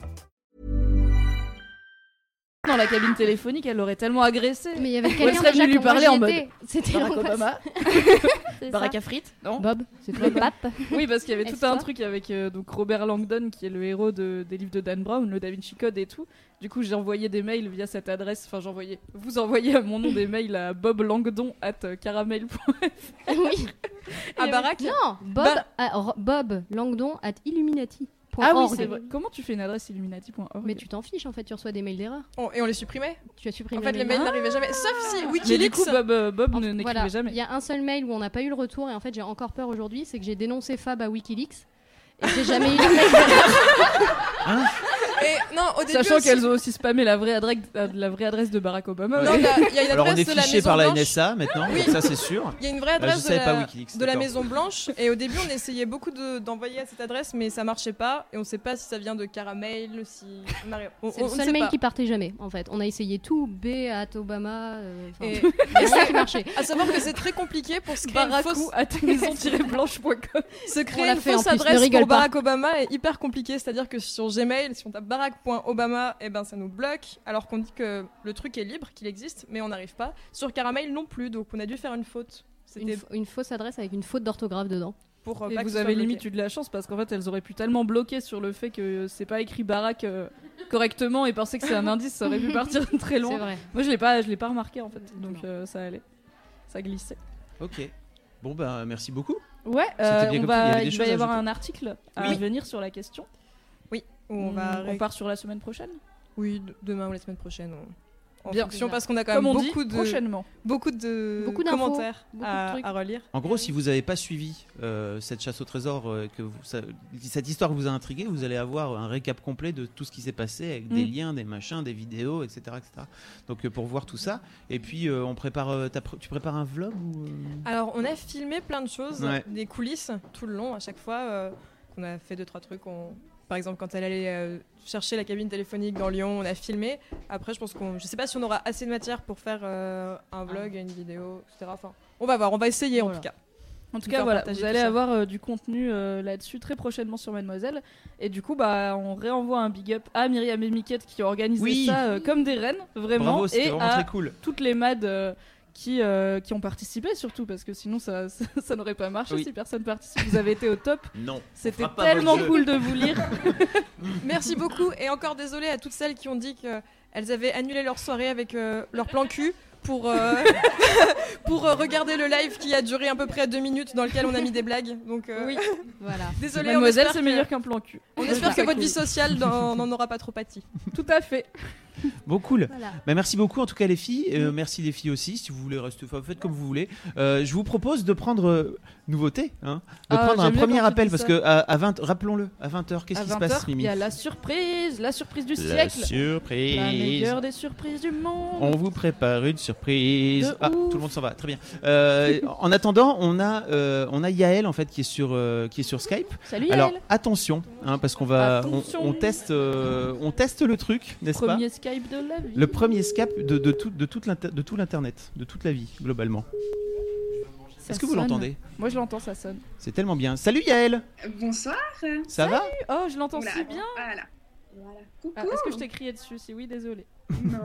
C: Dans la cabine téléphonique, elle l'aurait tellement agressé.
G: Mais il y avait
C: Moi, je
G: quelqu'un
C: serais
G: déjà
C: venue lui
G: quand moi,
C: parler
G: j'y
C: en mode
G: étais. C'était
C: Barack
G: l'angoisse.
C: Obama,
J: C'est ça.
C: Barack Afrite, non
G: Bob, c'est toi, Bob.
J: Pape.
C: Oui, parce qu'il y avait tout
G: Est-ce
C: un
G: ça
C: truc avec euh, donc Robert Langdon, qui est le héros de- des livres de Dan Brown, le Da Vinci Code et tout. Du coup, j'ai envoyé des mails via cette adresse. Enfin, j'envoyais. Vous envoyez à mon nom des mails à boblangdon at caramel.fr.
G: Ah. oui.
I: À Barack
G: Non, Bob,
C: Bah-
G: à- Ro- Bob Langdon at Illuminati.
C: Ah oui, c'est vrai. Comment tu fais une adresse illuminati.org
G: Mais tu t'en fiches en fait, tu reçois des mails d'erreur.
I: On- Et on les supprimait.
G: Tu as supprimé Ah.
I: En fait, les mails n'arrivaient jamais. Sauf si
C: Mais du
I: Wikileaks.
C: coup, Bob, euh, Bob
G: En-
C: ne n'écrivait
G: voilà, Il
C: jamais.
G: y a un seul mail où on n'a pas eu le retour et en fait j'ai encore peur aujourd'hui, c'est que j'ai dénoncé Fab à Wikileaks et j'ai jamais eu de mail.
I: Et non, au début.
C: Sachant
I: aussi-
C: qu'elles ont aussi spammé la vraie, adresse, euh, la vraie adresse de Barack Obama.
I: Non, il y a- il y a une
B: Alors, on
I: adresse
B: est
I: de la
B: fiché
I: Maison
B: par la
I: Blanche.
B: NSA maintenant,
I: Oui.
B: donc Ah ça c'est sûr. Ah, Bah,
I: Il y a une vraie
B: je
I: adresse de,
B: savais
I: la,
B: pas Wikileaks,
I: de la
B: d'accord.
I: Maison Blanche et au début on essayait beaucoup de- d'envoyer à cette adresse mais ça marchait pas et on sait pas si ça vient de Caramel, si Mario- on,
G: C'est le
I: on- on ne
G: seul
I: sait
G: mail
I: pas.
G: qui partait jamais en fait. On a essayé tout, B at Obama, euh, enfin,
I: Et-
G: il y a rien qui marchait.
I: À savoir que c'est très compliqué pour se créer une
C: Baracou
I: fausse,
C: at maison-blanche.com.
I: se
G: On
I: créer
G: l'a
I: une
G: fait en
I: fausse
G: plus, ne
I: adresse
G: rigole
I: pour
G: pas.
I: Barack Obama est hyper compliqué, c'est-à-dire que sur Gmail, si on tape barack.obama, et ben ça nous bloque, alors qu'on dit que le truc est libre, qu'il existe, mais on n'arrive pas. Sur Caramel non plus, donc on a dû faire une faute.
G: Une,
I: C'était
G: fa- une fausse adresse avec une faute d'orthographe dedans.
I: pour euh,
C: Et
I: pas que
C: vous
I: ce soit
C: avez
I: bloqué.
C: limite eu de la chance parce qu'en fait elles auraient pu tellement bloquer sur le fait que c'est pas écrit baraque euh, correctement et penser que c'est un indice, ça aurait pu partir très
G: C'est
C: loin.
G: vrai.
C: Moi je l'ai pas, je l'ai pas remarqué en fait, donc euh, ça allait, ça glissait.
B: Ok. Bon, ben, merci beaucoup.
C: Ouais, euh,
B: C'était bien
C: on
B: comme ça, il y
C: va,
B: avait des
C: il va
B: choses
C: y
B: à
C: avoir
B: ajouter.
C: un article à
I: Oui.
C: venir sur la question. Mm,
I: On va ré-
C: part sur la semaine prochaine.
I: Oui, d- demain ou la semaine prochaine. on- En
C: Bien.
I: fonction,
G: Déjà.
I: parce qu'on a quand
C: Comme
I: même
C: on dit,
I: beaucoup de,
C: prochainement.
I: beaucoup de
G: Beaucoup d'infos,
I: commentaires
G: beaucoup de
I: à,
G: trucs.
I: à relire.
B: En gros, si vous n'avez pas suivi euh, cette chasse au trésor, euh, que vous- ça- cette histoire vous a intrigué, vous allez avoir un récap complet de tout ce qui s'est passé avec des
C: Mm.
B: liens, des machins, des vidéos, etc. etc. Donc euh, pour voir tout ça. Et puis euh, on prépare. euh, t'as pr- tu prépares un vlog ou, euh,
I: Alors, on a filmé plein de choses,
B: Ouais.
I: des coulisses tout le long, à chaque fois. euh, on a fait deux, trois trucs. on- Par exemple, quand elle allait euh, chercher la cabine téléphonique dans Lyon, on a filmé. Après, je pense qu'on. Je sais pas si on aura assez de matière pour faire euh, un vlog, une vidéo, etc. Enfin, on va voir, on va essayer en
C: Voilà.
I: tout cas.
C: En
I: Nous
C: tout cas,
I: faire
C: voilà,
I: partager
C: vous
I: tout
C: allez
I: ça.
C: avoir euh, du contenu euh, là-dessus très prochainement sur Mademoiselle. Et du coup, bah, on réenvoie un big up à Myriam et Miquette qui ont organisé
B: Oui.
C: ça euh, comme des reines, vraiment.
B: Bravo, c'était
C: et
B: vraiment
C: à
B: très cool.
C: toutes les MAD euh, qui, euh, qui ont participé surtout, parce que sinon ça, ça, ça n'aurait pas marché
K: Oui.
C: si personne participe. Vous avez été au top.
K: Non, on
C: C'était
K: fera pas votre
C: tellement
K: jeu.
C: cool de vous lire.
I: Merci beaucoup et encore désolé à toutes celles qui ont dit qu'elles avaient annulé leur soirée avec euh, leur plan cul pour, euh, pour euh, regarder le live qui a duré à peu près deux minutes dans lequel on a mis des blagues. Donc, euh,
G: Oui, voilà.
I: Désolé,
C: Mademoiselle, c'est meilleur qu'un plan cul.
I: On
C: Voilà.
I: espère que votre
C: Ok.
I: vie sociale n'en n'en aura pas trop pâti.
C: Tout à fait.
B: Bon, cool.
C: Voilà. Mm.
B: Bah, merci beaucoup, en tout cas, les filles. Euh, Merci les filles aussi. Si vous voulez, rester, enfin, faites comme vous voulez. Euh, je vous propose de prendre euh, nouveauté, hein, de
C: Ah,
B: prendre un
C: j'aime bien
B: premier
C: quand tu
B: appel
C: dis
B: parce
C: ça.
B: que à, à 20, rappelons-le, à 20h, qu'est-ce
C: À
B: qui se
C: 20
B: passe,
C: heures,
B: Mimi
C: Il y a la surprise, la surprise du
B: La
C: siècle.
B: surprise.
C: La meilleure des surprises du monde.
B: On vous prépare une surprise.
C: De
B: Ah, tout le monde s'en va, très bien. Euh, en attendant, on a, euh, on a Yael en fait qui est sur, euh, qui est sur Skype.
C: Salut, Yael.
B: Alors attention, hein, parce qu'on va, on,
C: Attention.
B: on teste, euh, on teste le truc, n'est-ce pas
C: Premier Skype de la vie.
B: Le premier Skype de, de tout, de toute l'inter- de tout l'internet, de toute la vie globalement.
C: Ça
B: Est-ce que vous
C: sonne.
B: l'entendez
C: Moi je l'entends, ça sonne.
B: C'est tellement bien. Salut Yael.
C: Bonsoir.
B: Ça va
C: Oh, je l'entends
H: Oula,
C: si bien.
H: Voilà. voilà. Coucou.
C: Ah, Est-ce que je t'ai crié dessus Si oui, désolé.
H: Non,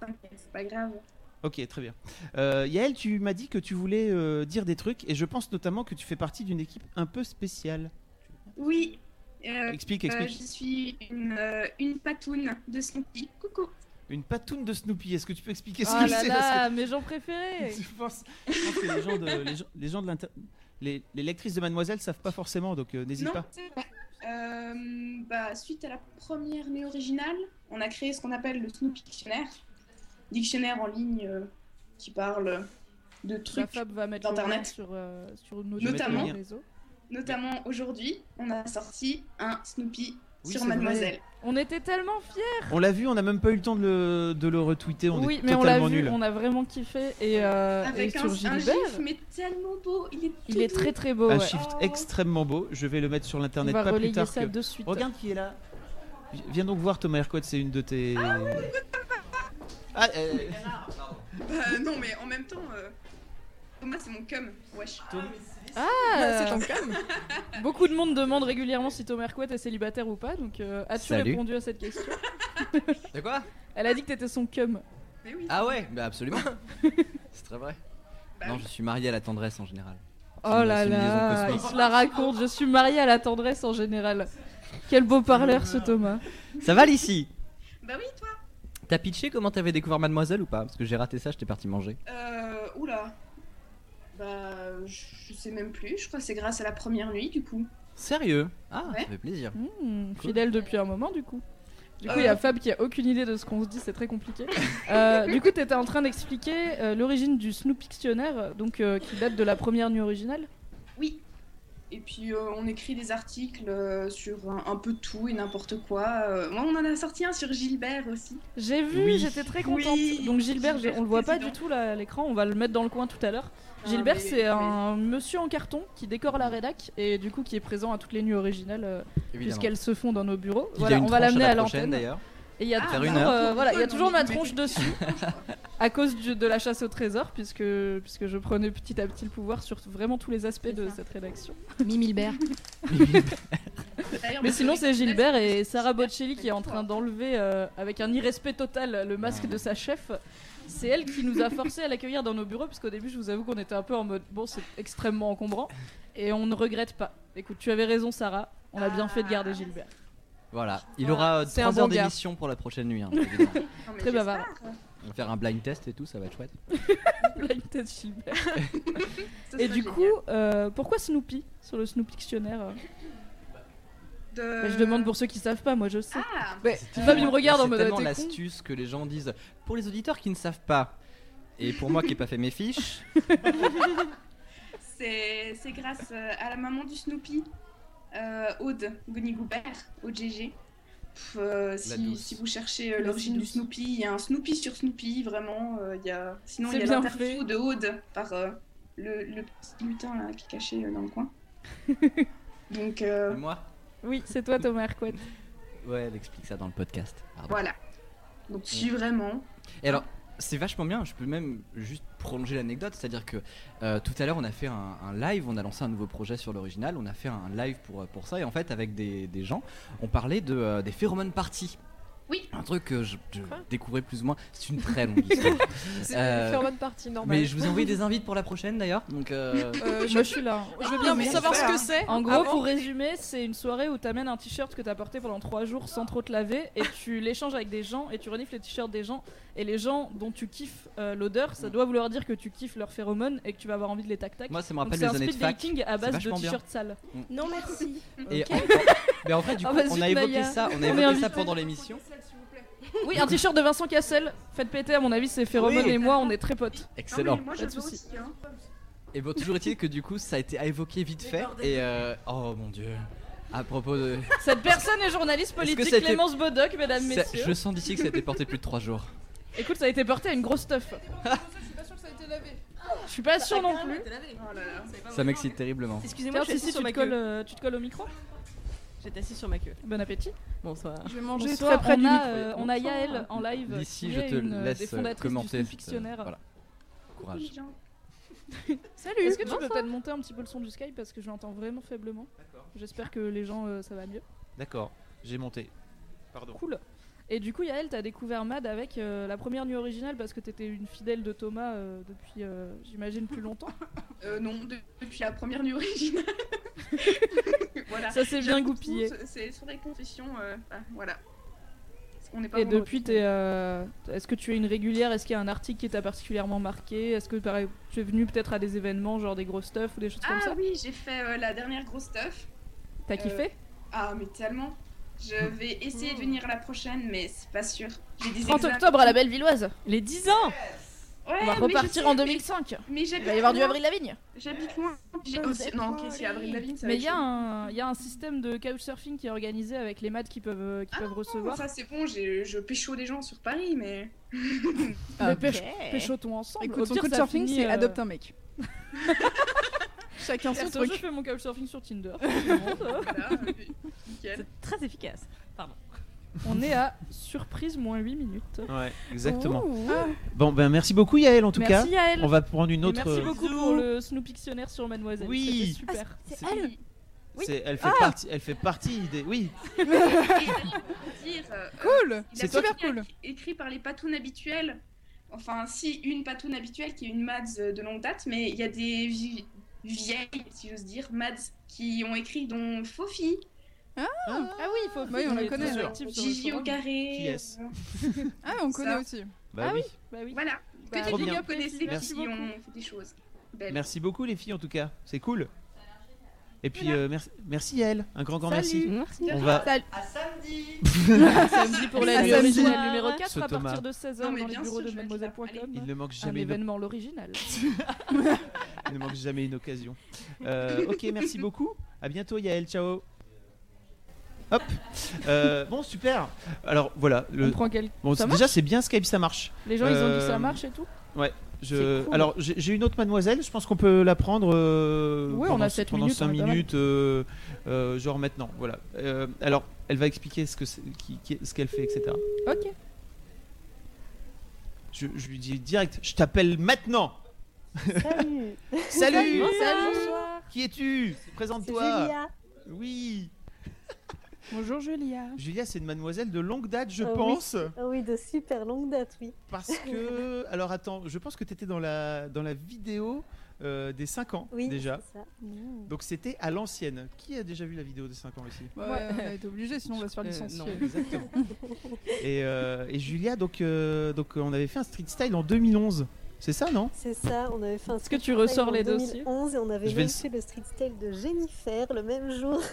H: t'inquiète, c'est pas grave.
B: Ok, très bien. Euh, Yael, tu m'as dit que tu voulais euh, dire des trucs et je pense notamment que tu fais partie d'une équipe un peu spéciale.
H: Oui. euh,
B: Explique,
H: euh,
B: explique.
H: je suis une, euh, une patoune de Snoopy. Coucou.
B: Une patoune de Snoopy. Est-ce que tu peux expliquer ce
C: Oh
B: que
C: là
B: c'est
C: là,
B: Parce que-
C: mes gens préférés.
B: Je pense que les gens de, les gens, les gens de l'inter- les, les lectrices de Mademoiselle savent pas forcément, donc euh, n'hésite
H: Non,
B: pas.
H: c'est vrai. Euh, bah, suite à la première mais originale, on a créé ce qu'on appelle le Snoopy Dictionnaire. Dictionnaire en ligne euh, qui parle de
C: La
H: trucs
C: Fab va mettre le lien
H: d'internet.
C: sur, euh, sur nos
H: Notamment,
C: nos réseaux.
H: notamment aujourd'hui, on a sorti un Snoopy
B: Oui,
H: sur
B: c'est vrai.
H: Mademoiselle.
C: On était tellement fiers.
B: On l'a vu, on n'a même pas eu le temps de le, de le retweeter. On
C: oui,
B: est
C: mais on l'a
B: totalement
C: vu,
B: nuls.
C: on a vraiment kiffé. Et, euh,
H: Avec
C: et
H: un,
C: sur
H: un
C: Gilbert,
H: gif, mais tellement beau. Il est,
C: il
H: tout
C: est
H: doux.
C: très très beau.
B: Un
C: ouais.
B: shift extrêmement beau. Je vais le mettre sur l'internet
C: On va
B: pas plus
C: relayer
B: tard
C: ça
B: que.
C: de suite.
B: Regarde qui est là. Vi- Viens donc voir Thomas Hercouet, c'est une de tes. Ah, euh,
H: Bah, non, mais en même temps, euh, Thomas, c'est mon cum. Wesh. Bah,
C: Ah,
H: c'est ton
C: calme. Beaucoup de monde demande régulièrement si Thomas Hercouet est célibataire ou pas, donc euh, as-tu
K: Salut.
C: répondu à cette question
K: De quoi
C: Elle a dit que t'étais son cum.
K: Ah ouais, bah absolument. c'est très vrai. Non, je suis marié à la tendresse en général.
C: Oh
K: C'est une-
C: là
K: Bah, c'est
C: là,
K: une liaison
C: il
K: cosmique.
C: se la raconte, je suis mariée à la tendresse en général. Quel beau parleur ce Thomas.
K: Ça va Lissi
H: Bah oui, toi.
K: T'as pitché comment t'avais découvert Mademoiselle ou pas Parce que j'ai raté ça, j'étais parti manger.
H: Euh, oula. Bah, je je sais même plus. Je crois que c'est grâce à la première nuit, du coup.
K: Sérieux Ah,
H: Ouais.
K: ça fait plaisir.
C: Hmm, Fidèle depuis un moment du coup. Du coup, il y
H: Euh.
C: a Fab qui a aucune idée de ce qu'on se dit, c'est très compliqué. Euh, du coup, t'étais en train d'expliquer euh, l'origine du Snoopictionnaire, donc euh, qui date de la première nuit originale.
H: Oui. Et puis, euh, on écrit des articles euh, sur un, un peu tout et n'importe quoi. Euh, moi, on en a sorti un sur Gilbert aussi.
C: J'ai vu,
H: Oui.
C: j'étais très contente.
H: Oui,
C: Donc Gilbert, je- on le voit pas du
H: président.
C: tout là, à l'écran, on va le mettre dans le coin tout à l'heure.
H: Non,
C: Gilbert,
H: mais-
C: c'est un monsieur en carton qui décore la rédac et du coup qui est présent à toutes les nuits originales euh,
K: Évidemment.
C: puisqu'elles se font dans nos bureaux.
K: Il y a
C: Voilà,
K: une
C: on va
K: tranche à
C: l'amener
K: la
C: à
K: prochaine,
C: l'antenne
K: d'ailleurs.
C: Et il y a
K: Ah,
C: toujours,
K: bah,
C: euh,
K: cool,
C: voilà, il y a
H: cool,
C: toujours
H: on
C: ma
H: met-
C: tronche dessus à cause du- de la chasse au trésor puisque puisque je prenais petit à petit le pouvoir sur vraiment tous les aspects de cette rédaction.
G: Mimilbert.
C: Mais sinon, c'est Gilbert et Sarah Bocelli qui est en train d'enlever, euh, avec un irrespect total, le masque de sa chef. C'est elle qui nous a forcé à l'accueillir dans nos bureaux, parce qu'au début, je vous avoue qu'on était un peu en mode bon, c'est extrêmement encombrant, et on ne regrette pas. Écoute, tu avais raison, Sarah, on a bien fait de garder Gilbert.
K: Voilà, il aura euh,
C: C'est
K: 3
C: un
K: heures
C: bon gars.
K: d'émission pour la prochaine nuit. hein, évidemment.
C: Très bavard.
K: On va faire un blind test et tout, ça va être chouette.
C: Blind test Gilbert.
H: Ça
C: et
H: serait
C: du
H: génial.
C: coup, euh, pourquoi Snoopy sur le Snoopy Dictionnaire euh
H: De-
C: Bah, Je demande pour ceux qui savent pas, moi je sais. Mais
K: C'est
C: Fab, il me regarde en mode.
K: Ah, C'est tellement
C: t'es con.
K: l'astuce que les gens disent. Pour les auditeurs qui ne savent pas, et pour moi qui n'ai pas fait mes fiches,
H: C'est c'est grâce euh, à la maman du Snoopy, euh, Aude Gonigoubert, OGG. Pff, euh, si,
K: douce.
H: si vous cherchez euh,
C: La
H: l'origine du
C: douce.
H: Snoopy, il y a un Snoopy sur Snoopy, vraiment. euh, il y a... Sinon, il y
C: C'est
H: a
C: bien
H: l'interview de Aude par euh, le, le petit lutin là, qui est caché euh, dans le coin. Donc euh,
K: moi Ah
C: Oui, c'est toi, Thomas Hercouet.
K: Ouais, elle explique ça dans le podcast. Pardon.
H: voilà. Donc si vraiment.
K: Et alors, c'est vachement bien, je peux même juste prolonger l'anecdote, c'est-à-dire que euh, tout à l'heure on a fait un, un live, on a lancé un nouveau projet sur l'original, on a fait un live pour, euh, pour ça, et en fait avec des, des gens, on parlait de, euh, des phéromones parties.
G: Oui.
K: Un
H: Ah
K: truc que je, je découvrais plus ou moins. C'est une très longue histoire.
I: C'est
K: Euh,
I: une bonne partie, normal.
K: Mais je vous ai envoyé des invites pour la prochaine d'ailleurs. Donc, euh,
I: Euh, je- Moi, je suis là. Je veux bien
C: mais
I: savoir
C: c'est
I: ce que
C: ça.
I: c'est.
C: En gros,
I: Ah bon
C: pour résumer, c'est une soirée où t'amènes un t-shirt que t'as porté pendant 3 jours sans trop te laver et tu l'échanges avec des gens et tu renifles les t-shirts des gens. Et les gens dont tu kiffes euh, l'odeur,
I: Mm.
C: ça doit vouloir dire que tu kiffes leurs phéromones et que tu vas avoir envie de les tac-tac.
K: Moi, ça me
C: Donc
K: rappelle
C: c'est
K: les
C: un
K: années de
C: speed
K: fac.
C: dating à
K: C'est
C: base de
K: vachement bien.
C: t-shirts sales.
K: Mm.
C: Non, merci.
K: Et
C: Ok.
K: en- mais en vrai, du
C: Ah
K: coup,
C: bah zut,
K: on a évoqué
C: Maya.
K: ça, on a
C: est
K: évoqué ça
C: invité.
K: pendant l'émission.
C: Oui, un t-shirt de Vincent Cassel. Faites péter, à mon avis, c'est phéromones
K: Oui.
C: et moi, on est très potes.
K: Excellent.
C: Pas de soucis.
H: hein.
K: Et bon, toujours est-il que du coup, ça a été évoqué vite fait. Et euh, oh mon dieu, à propos de.
C: Cette personne est journaliste
K: Est-ce que
C: politique,
K: ça a été-
C: Clémence Bodoc, mesdames,
K: Ça-
C: messieurs.
K: je sens d'ici que ça a été porté plus de 3 jours.
C: Ah Écoute, ça a été porté à une grosse teuf. Je suis pas
I: Ça
C: sûre
I: a
C: non
I: carrément
C: plus.
I: été
K: Ça m'excite terriblement.
E: Excusez-moi,
C: Tiens,
E: je suis
C: si,
E: assise
C: si,
E: sur ma
C: tu te colles,
E: queue.
C: euh, tu te colles au micro
E: J'étais assis sur ma queue.
C: Bon appétit.
E: Bonsoir.
C: Je vais manger
E: Bonsoir,
C: très près
E: on
C: du
E: a,
C: micro.
E: euh,
C: on a Yael en live.
K: D'ici,
C: qui
K: je
C: est
K: te
C: une, euh,
K: laisse,
C: des
K: euh,
C: fondatrices
K: commenter
C: Du
K: cette, euh,
C: fictionnaire.
K: voilà. Courage.
C: Coucou, les gens.
I: Salut.
C: Est-ce que tu peux
I: Bonsoir.
C: peut-être monter un petit peu le son du Skype parce que je l'entends vraiment faiblement. J'espère que les gens euh, ça va mieux.
B: D'accord, j'ai monté. Pardon.
C: Cool. Et du coup, Yael, t'as découvert Mad avec euh, la première nuit originale parce que t'étais une fidèle de Thomas euh, depuis, euh, j'imagine, plus longtemps.
H: Euh, non, de- depuis la première nuit originale. voilà.
C: Ça s'est bien
H: J'avoue,
C: goupillé.
H: c'est- C'est sur les confessions. euh, ah, voilà. On n'est pas
C: Et
H: vendredi.
C: depuis, t'es, euh, est-ce que tu es une régulière Est-ce qu'il y a un article qui t'a particulièrement marqué Est-ce que pareil, tu es venue peut-être à des événements, genre des gros stuff ou des choses comme
H: Ah
C: ça
H: oui, j'ai fait euh, la dernière grosse stuff. Euh,
C: T'as kiffé
H: Ah, mais tellement. Je vais essayer de venir la prochaine, mais c'est pas sûr. J'ai des
C: 30
H: examens.
C: octobre à la Bellevilloise Les 10 ans
H: Ouais,
C: On va
H: mais je sais,
C: repartir en
H: mais-
C: 2005
H: Mais
C: Il
H: j'habite
C: va y avoir du
H: loin.
C: Avril Lavigne Oh,
H: J'habite loin. J'ai aussi... Non, ok, si Avril Lavigne, ça va
C: Mais
H: être
C: il y, a
H: chaud.
C: un- il y a un système de couchsurfing qui est organisé avec les maths qui peuvent, euh, qui peuvent
H: Bon,
C: recevoir.
H: Ah, ça c'est bon, j'ai- je pécho des gens sur Paris, mais.
C: Mais pécho- Péchotons ensemble.
D: Écoute,
C: Ah, Au
D: son
C: pire, ça
D: couchsurfing,
C: finit,
D: c'est
C: euh,
D: adopte un mec. Chacun son
C: Perso,
D: truc.
C: Je fais mon couchsurfing sur Tinder. comme tout le monde.
E: C'est très efficace. Pardon.
C: On est à surprise moins 8 minutes.
B: Ouais, exactement.
C: Ouh.
H: Ah.
B: Bon, ben merci beaucoup Yael en tout
C: Oh, Merci,
B: cas.
C: Yael.
B: On va prendre une
C: Et
B: autre. euh,
C: Merci beaucoup pour le Snoopictionnaire sur Mademoiselle.
B: Oui. Ah,
C: C'était super.
B: c'est
C: elle.
B: C'est- Elle fait
C: Ah.
B: partie. Elle fait partie des. Oui.
H: cool
B: C'est super
H: cool Écrit par les patounes habituelles. Enfin, si, une patoune habituelle qui est une Mads euh, de longue date, mais il y a des vi- vieilles, si j'ose dire, Mads qui ont écrit, dont Fofi.
D: Ah, Bah
C: oui, Fofi.
D: Oui, on la connaît.
H: Gigi au carré.
D: Qui est-ce
H: euh,
D: Ah, on
H: ça. Ah
D: connaît aussi.
B: Bah oui.
H: Voilà.
B: Bah,
H: que
B: Trop
H: des
B: bien.
H: gens connaissaient qui
B: Merci beaucoup.
H: ont fait des choses. belles.
B: Merci beaucoup les filles en tout cas. C'est cool. Et puis euh, merci, merci Yael. Un grand grand merci. On va.
H: À samedi
C: samedi pour la
B: À
C: nuit
B: samedi.
C: originale numéro
B: Ce
C: 4 à
B: Thomas.
C: partir de 16h
H: Non,
C: dans
H: mais
C: les
H: bien
C: bureaux
H: sûr,
C: de
H: je vais être là.
C: mademoiselle.com.
B: Il ne manque
C: Un
B: jamais. une-
C: événement l'original.
B: Il ne manque jamais une occasion. Euh, ok, merci beaucoup. À bientôt, Yael. Ciao. Hop. Euh, bon, super. Alors voilà. le-
C: On prend quel-
B: Bon,
C: ça
B: c'est-
C: marche
B: déjà c'est bien Skype, ça marche. Euh,
C: Les gens, ils ont dit ça marche et tout
B: Ouais. Je...
C: C'est cool.
B: Alors j'ai j'ai une autre mademoiselle. Je pense qu'on peut la prendre. euh,
C: Ouais, on
B: pendant,
C: a sept
B: pendant
C: minutes,
B: cinq
C: on est pas mal.
B: minutes, euh, euh, genre maintenant. Voilà. Euh, alors elle va expliquer ce que c'est- qui- qui- ce qu'elle fait, etc.
C: Ok.
B: Je, je lui dis direct. Je t'appelle maintenant.
L: Salut
C: Oh,
B: Salut.
L: Bonsoir. Bonsoir.
B: Qui es-tu Présente-toi.
L: Julia.
B: Oui.
C: Bonjour Julia.
B: Julia, c'est une mademoiselle de longue date, je
L: Euh, oui.
B: pense.
L: Euh, oui, de super longue date, oui.
B: Parce que, alors attends, je pense que tu étais dans la, dans la vidéo euh, des 5 ans
L: Oui,
B: déjà.
L: c'est ça. Mm.
B: Donc c'était à l'ancienne. Qui a déjà vu la vidéo des 5 ans ici
D: Ouais,
M: Euh,
D: on a été obligé, sinon on va se faire
B: Euh,
D: licencier.
B: non, exactement. et, euh, et Julia, donc, euh, donc on avait fait un street style en 2011. C'est ça, non
L: C'est ça, on avait fait un
C: Est-ce que tu
L: street
C: ressors
L: style
C: les
L: en
C: dossiers
L: 2011 et on avait
B: Je vais
L: même
B: le-
L: fait le street style de Jennifer le même jour.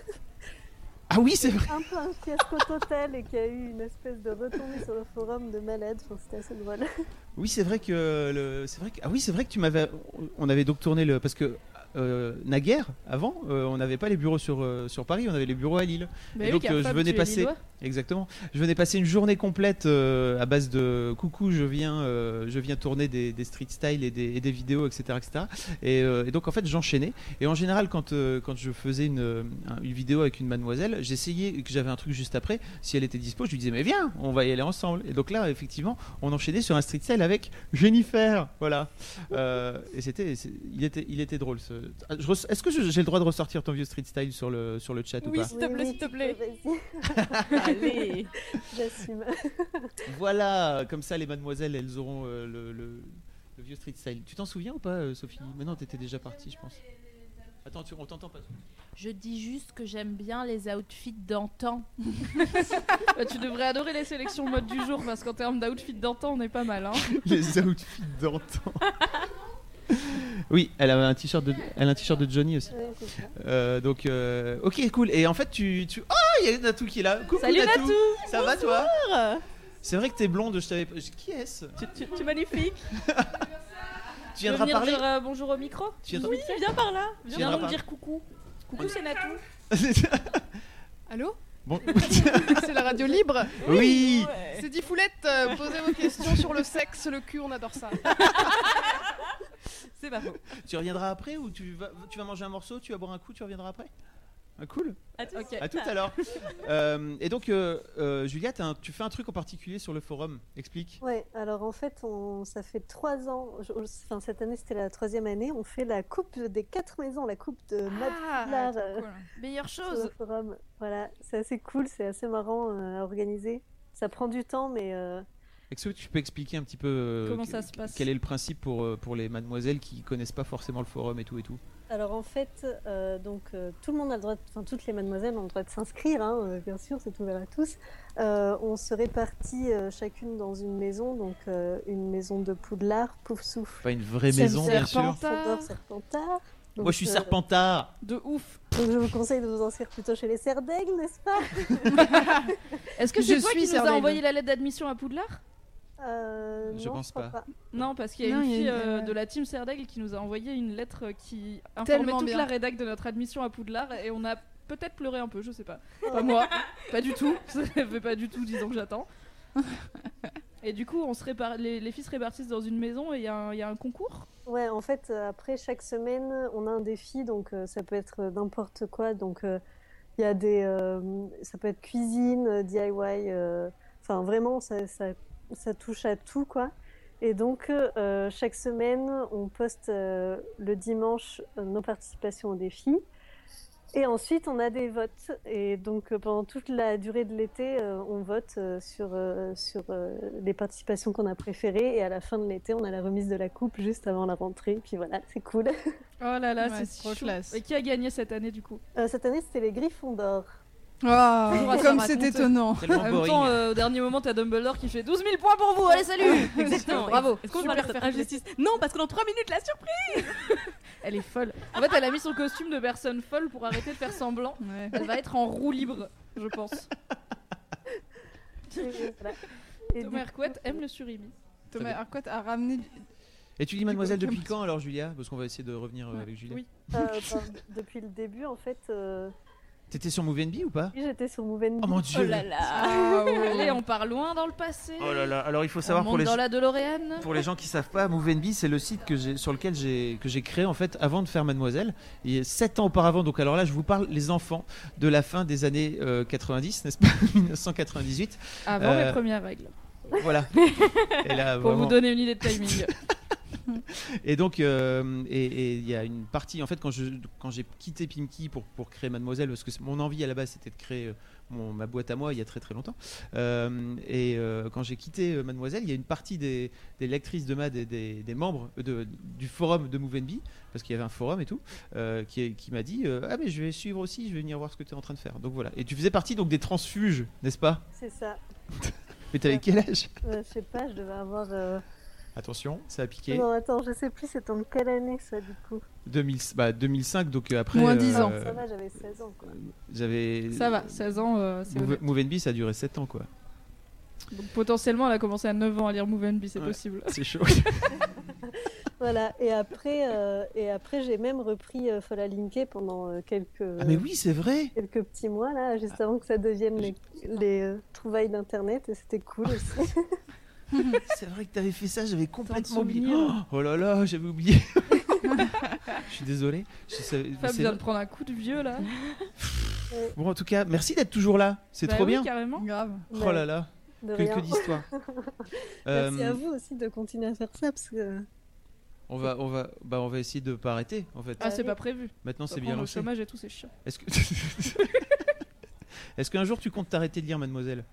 B: Ah oui, c'est vrai.
L: Un peu un fiasco total et qui a eu une espèce de retombée sur le forum de malade. Enfin, c'était assez drôle.
B: Oui, c'est vrai que le, c'est vrai que ah oui, c'est vrai que tu m'avais on avait donc tourné le parce que euh, naguère avant euh, on n'avait pas les bureaux sur euh, sur Paris, on avait les bureaux à Lille.
C: Bah
B: Et
C: oui,
B: donc euh,
C: car
B: je
C: Fab,
B: venais
C: tu es
B: passer
C: lillois.
B: exactement, je venais passer une journée complète euh, à base de coucou, je viens euh, je viens tourner des, des street style et des, et des vidéos etc etc et, euh, et donc en fait j'enchaînais et en général quand euh, quand je faisais une euh, une vidéo avec une mademoiselle, j'essayais et que j'avais un truc juste après, si elle était dispo, je lui disais mais viens, on va y aller ensemble. Et donc là effectivement on enchaînait sur un street style avec Jennifer, voilà. Euh, et c'était, c'est- il était, il était drôle ce, euh, je res- Est-ce que je- j'ai le droit de ressortir ton vieux street style sur le, sur le chat ou
L: Oui,
B: pas
L: s'il te plaît, s'il te plaît. Allez, j'assume.
B: Voilà, comme ça les mademoiselles, elles auront euh, le, le- le vieux street style. Tu t'en souviens ou pas, euh, Sophie Mais non, t'étais déjà partie, je pense. Attends, tu- on t'entend pas.
N: Je dis juste que j'aime bien les outfits d'antan.
C: Bah, tu devrais adorer les sélections mode du jour parce qu'en termes d'outfit d'antan, on est pas mal. Hein.
B: Les outfits d'antan. Oui, elle avait un t-shirt de, elle a un t-shirt de Johnny aussi.
L: Ouais, c'est ça.
B: Euh, donc, euh, ok, cool. Et en fait, tu, tu, oh, il y a Natou qui est là. Coucou,
E: Salut
B: Natou.
E: Natou
B: Ça va toi C'est vrai que t'es blonde. Je t'avais. je- Qui est-ce
E: Tu, tu- tu es magnifique.
B: Tu viendras
N: venir
B: parler
N: dire, euh, bonjour au micro
B: Tu viendras-
N: Oui, viens par là.
B: Tu
N: Viens
B: viendras
N: nous
B: par-
N: dire coucou. Coucou, c'est Natou.
M: Allô
B: Bon.
M: C'est la radio libre
B: Oui.
M: C'est dit foulette, euh, posez vos questions sur le sexe, le cul, on adore ça.
E: C'est pas faux.
B: Tu reviendras après ou tu vas, tu vas manger un morceau, tu vas boire un coup, tu reviendras après Ah, Cool.
E: À tout,
B: À tout à l'heure. Euh, et donc, euh, euh, Juliette, hein, tu fais un truc en particulier sur le forum. Explique.
L: Ouais, alors en fait, on, ça fait trois ans, je- je- enfin, cette année c'était la troisième année, on fait la coupe des quatre maisons, la coupe de Mad
N: Ah,
L: Poudlard, euh,
N: trop cool. Meilleure
L: sur
N: chose.
L: le forum. Voilà, c'est assez cool, c'est assez marrant euh, à organiser. Ça prend du temps, mais euh,
B: Est-ce que tu peux expliquer un petit peu euh,
L: Comment
B: que-
L: ça se passe
B: Quel est le principe pour, euh, pour les mademoiselles qui connaissent pas forcément le forum et tout et tout
L: Alors en fait, euh, donc euh, tout le monde a le droit, de- enfin toutes les mademoiselles ont le droit de s'inscrire, hein, euh, bien sûr, c'est ouvert à tous. Euh, on se répartit euh, chacune dans une maison, donc euh, une maison de Poudlard, Pouf Souffle.
B: Pas une vraie maison, bien sûr.
L: Serpentard, Serpentard.
B: Moi, je suis Serpentard.
L: De ouf. Donc je vous conseille de vous inscrire plutôt chez les Serdègues, n'est-ce pas
C: Est-ce que c'est toi qui nous a envoyé la lettre d'admission à Poudlard
L: Euh,
C: Je
L: non,
C: pense
L: je crois
C: pas.
L: pas.
C: Non, parce qu'il y a
L: Non,
C: une
L: il y a
C: fille
L: une-
C: euh,
L: ouais.
C: de la team Serdaigle qui nous a envoyé une lettre euh, qui informait
M: Tellement
C: toute
M: bien.
C: la rédac de notre admission à Poudlard et on a peut-être pleuré un peu, je sais pas.
L: Oh.
C: Pas moi, pas du tout. Ça fait pas du tout 10 ans que j'attends. Et du coup, on se répar- les, les filles se répartissent dans une maison et il y, a un- il y a un concours.
L: Ouais, en fait, euh, après chaque semaine, on a un défi, donc euh, ça peut être euh, n'importe quoi. Donc euh, il y a des, euh, ça peut être cuisine, euh, DIY, euh, enfin vraiment, ça, ça, ça touche à tout quoi. Et donc euh, chaque semaine, on poste euh, le dimanche euh, nos participations au défi. Et ensuite, on a des votes. Et donc, euh, pendant toute la durée de l'été, euh, on vote euh, sur, euh, sur euh, les participations qu'on a préférées. Et à la fin de l'été, on a la remise de la coupe juste avant la rentrée. Puis voilà, c'est cool.
C: Oh là là,
L: Ouais,
C: c'est
L: c'est
C: si
L: trop
C: chou.
L: classe.
C: Et qui a gagné cette année du coup
L: Euh, cette année, c'était les Griffons d'or.
B: Oh.
M: Ah,
C: Toujours à se
M: comme
C: raconter.
M: c'est étonnant.
C: En même temps, euh, au dernier moment, t'as Dumbledore qui fait 12 000 points pour vous, allez salut
E: Exactement.
C: Bravo
E: Est-ce qu'on va leur faire injustice Non, parce que dans 3 minutes, la surprise
C: Elle est folle. En fait, elle a mis son costume de personne folle pour arrêter de faire semblant. Elle va être en roue libre, je pense. Thomas Hercouette aime le surimi.
M: Thomas
B: bien.
M: Arquette a ramené. du-
B: Et tu dis mademoiselle depuis quand alors, Julia Parce qu'on va essayer de revenir euh, avec Julia.
L: Euh, ben, depuis le début, en fait, euh,
B: T'étais sur Move NB ou pas
L: j'étais sur Mouvenby.
B: Oh mon Dieu. Oh là là.
C: Ah, ouais. Allez, on part loin dans le passé.
B: Oh là là, alors il faut
C: On
B: savoir pour
C: monte
B: les-
C: dans la DeLorean.
B: Pour les gens qui savent pas, MoveNB, c'est le site que j'ai- sur lequel j'ai que j'ai créé en fait avant de faire Mademoiselle. Et 7 ans auparavant, donc alors là, je vous parle les enfants de la fin des années euh, 90, n'est-ce pas 1998.
C: Avant
B: Euh,
C: les premières règles.
B: Voilà. Et là,
C: Pour
B: vraiment.
C: vous donner une idée de timing.
B: Et donc, euh, et- et il y a une partie, en fait, quand je quand j'ai quitté Pimki pour, pour créer Mademoiselle, parce que c'est- mon envie à la base c'était de créer euh, mon, ma boîte à moi il y a très très longtemps. Euh, et euh, quand j'ai quitté euh, Mademoiselle, il y a une partie des, des lectrices de Mad et des, des membres euh, de- du forum de Move NB, parce qu'il y avait un forum et tout, euh, qui, est- qui m'a dit euh, Ah, mais je vais suivre aussi, je vais venir voir ce que tu es en train de faire. Donc voilà. Et tu faisais partie donc des transfuges, n'est-ce pas
L: C'est ça.
B: Mais t'avais quel âge
L: Euh, je sais pas, je devais avoir. euh,
B: Attention, ça a piqué.
L: Non, attends, je sais plus, c'est en quelle année ça, du coup
B: 2000 bah, 2005, donc euh, après. euh,
L: Ah, Ça va, j'avais 16 ans, quoi.
B: J'avais.
C: Ça va, 16 ans, euh, c'est
B: Move,
C: honnête.
B: Move NB, ça a duré 7 ans, quoi.
C: Donc potentiellement, elle a commencé à 9 ans à lire Move and Be, c'est possible.
B: C'est chaud.
L: Voilà, et après, euh, et après j'ai même repris euh, Fola Linké pendant euh, quelques,
B: Ah, mais oui, c'est vrai Ah.
L: quelques petits mois, là, juste avant que ça devienne les, les, euh, trouvailles d'Internet, et c'était cool aussi.
B: Ah. c'est vrai que t'avais fait ça, j'avais complètement oublié.
L: souvenirs.
B: Oh, oh là là, j'avais oublié. Je suis désolé. Je savais-
C: Fab
B: c'est-
C: vient de prendre un coup de vieux là.
B: Bon, en tout cas, merci d'être toujours là. C'est
C: Bah
B: trop
C: oui,
B: bien.
C: carrément.
M: Grave.
B: Oh là là.
L: Bah De
B: Que, que
L: rien.
B: d'histoires.
L: Merci
B: Euh,
L: à vous aussi de continuer à faire ça, parce que
B: On va, on va, bah, on va essayer de pas arrêter en fait.
C: Ah, c'est pas prévu.
B: Maintenant,
C: Ça
B: c'est
C: prend
B: bien
C: Au
B: lancé.
C: chômage et tout, c'est chiant.
B: Est-ce que, est-ce qu'un jour tu comptes t'arrêter de lire, Mademoiselle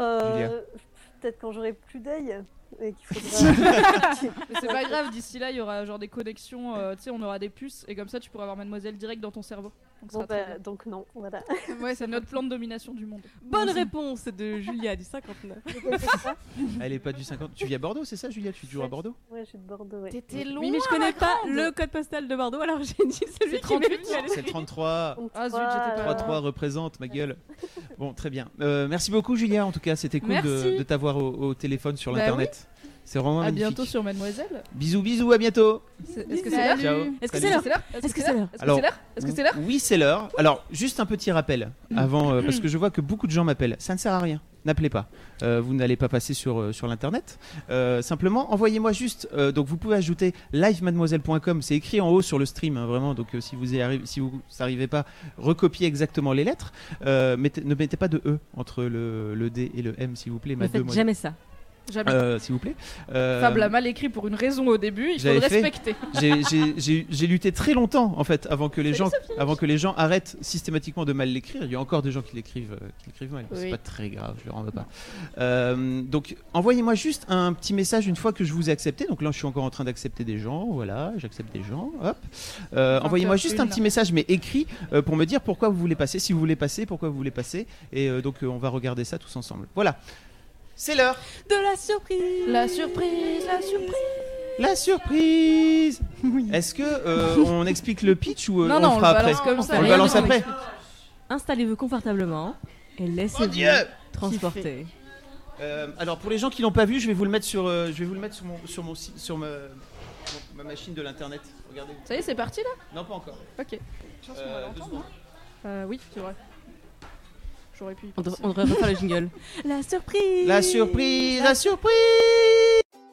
L: Euh,
B: Julia.
L: Peut-être quand j'aurai plus d'œil et qu'il faudra.
C: Mais c'est pas grave, d'ici là, il y aura genre des connexions, euh, tu sais, on aura des puces, et comme ça, tu pourras avoir Mademoiselle direct dans ton cerveau. Donc, ça
L: Bon,
C: sera très
L: bah,
C: bien.
L: donc non, voilà.
C: Ouais, c'est notre plan de domination du monde.
E: Bonne réponse de Julia du 59.
B: Elle est pas du 50. Tu vis à Bordeaux, c'est ça, Julia Tu es toujours à Bordeaux
L: Ouais, je suis de Bordeaux. Ouais.
E: T'étais
L: Ouais.
E: loin, Oui, mais je connais ma pas grande. le code postal de Bordeaux, alors j'ai dit celui qui m'est venu à
B: C'est le 33.
C: Ah, zut, j'étais pas
B: 3-3 représente ma gueule. Bon, très bien. Euh, merci beaucoup, Julia. En tout cas, c'était cool de,
C: Merci.
B: de t'avoir au, au téléphone sur
C: Bah
B: l'internet. C'est vraiment
C: à
B: magnifique.
C: bientôt sur Mademoiselle.
B: Bisous, bisous, à bientôt.
C: C'est- Est-ce que c'est l'heure
B: Ciao.
C: Est-ce que
B: Salut.
C: c'est l'heure Est-ce que c'est l'heure Est-ce que c'est l'heure Est-ce que c'est l'heure
B: Oui, c'est l'heure. Alors, juste un petit rappel avant, euh, parce que je vois que beaucoup de gens m'appellent. Ça ne sert à rien. N'appelez pas. Euh, vous n'allez pas passer sur, euh, sur l'internet. Euh, simplement, envoyez-moi juste. euh, donc, vous pouvez ajouter livemademoiselle.com. C'est écrit en haut sur le stream, hein, vraiment. Donc, euh, si vous y arrivez, si vous n'arrivez pas, recopiez exactement les lettres. Euh, mettez- ne mettez pas de e entre le, le d et le m, s'il vous plaît.
E: Ne faites
B: mademoiselle.
E: jamais ça.
C: Jamais.
B: Euh, s'il vous plaît. Euh,
C: Fab l'a mal écrit pour une raison au début, il faut
B: j'avais
C: le
B: fait.
C: respecter.
B: J'ai- j'ai- J'ai j'ai lutté très longtemps en fait avant que les gens avant que les gens arrêtent systématiquement de mal l'écrire. Il y a encore des gens qui l'écrivent euh, qui l'écrivent mal. C'est
C: Oui.
B: pas très grave, je leur en veux pas. Euh, donc envoyez-moi juste un petit message une fois que je vous ai accepté. Donc là, je suis encore en train d'accepter des gens. Voilà, j'accepte des gens. Hop. Euh, envoyez-moi juste un
C: une.
B: petit message mais écrit euh, pour me dire pourquoi vous voulez passer, si vous voulez passer, pourquoi vous voulez passer. Et euh, donc euh, on va regarder ça tous ensemble. Voilà. C'est l'heure
E: de la surprise.
C: La surprise, la surprise.
B: La surprise Est-ce que euh, on explique le pitch ou euh,
E: Non,
B: on
E: non,
B: le
E: on
B: fera
E: le
B: après
E: balance comme ça,
B: On le
E: rien
B: balance
E: de
B: après
E: compliqué. Installez-vous confortablement et
B: Oh
E: laissez-vous
B: Dieu
E: transporter.
B: Euh, Alors pour les gens qui l'ont pas vu, je vais vous le mettre sur, euh, je vais vous le mettre sur mon, sur mon site- sur ma, mon- ma machine de l'internet. Regardez.
C: Ça y est, c'est parti là
B: Non, pas encore.
C: Ok. Je pense qu'on va
B: Euh, deux
C: l'entendre. hein. Euh, oui, c'est vrai. J'aurais pu. y
E: On, devrait-
C: penser.
E: on devrait refaire le jingle. La surprise
B: La surprise, la surprise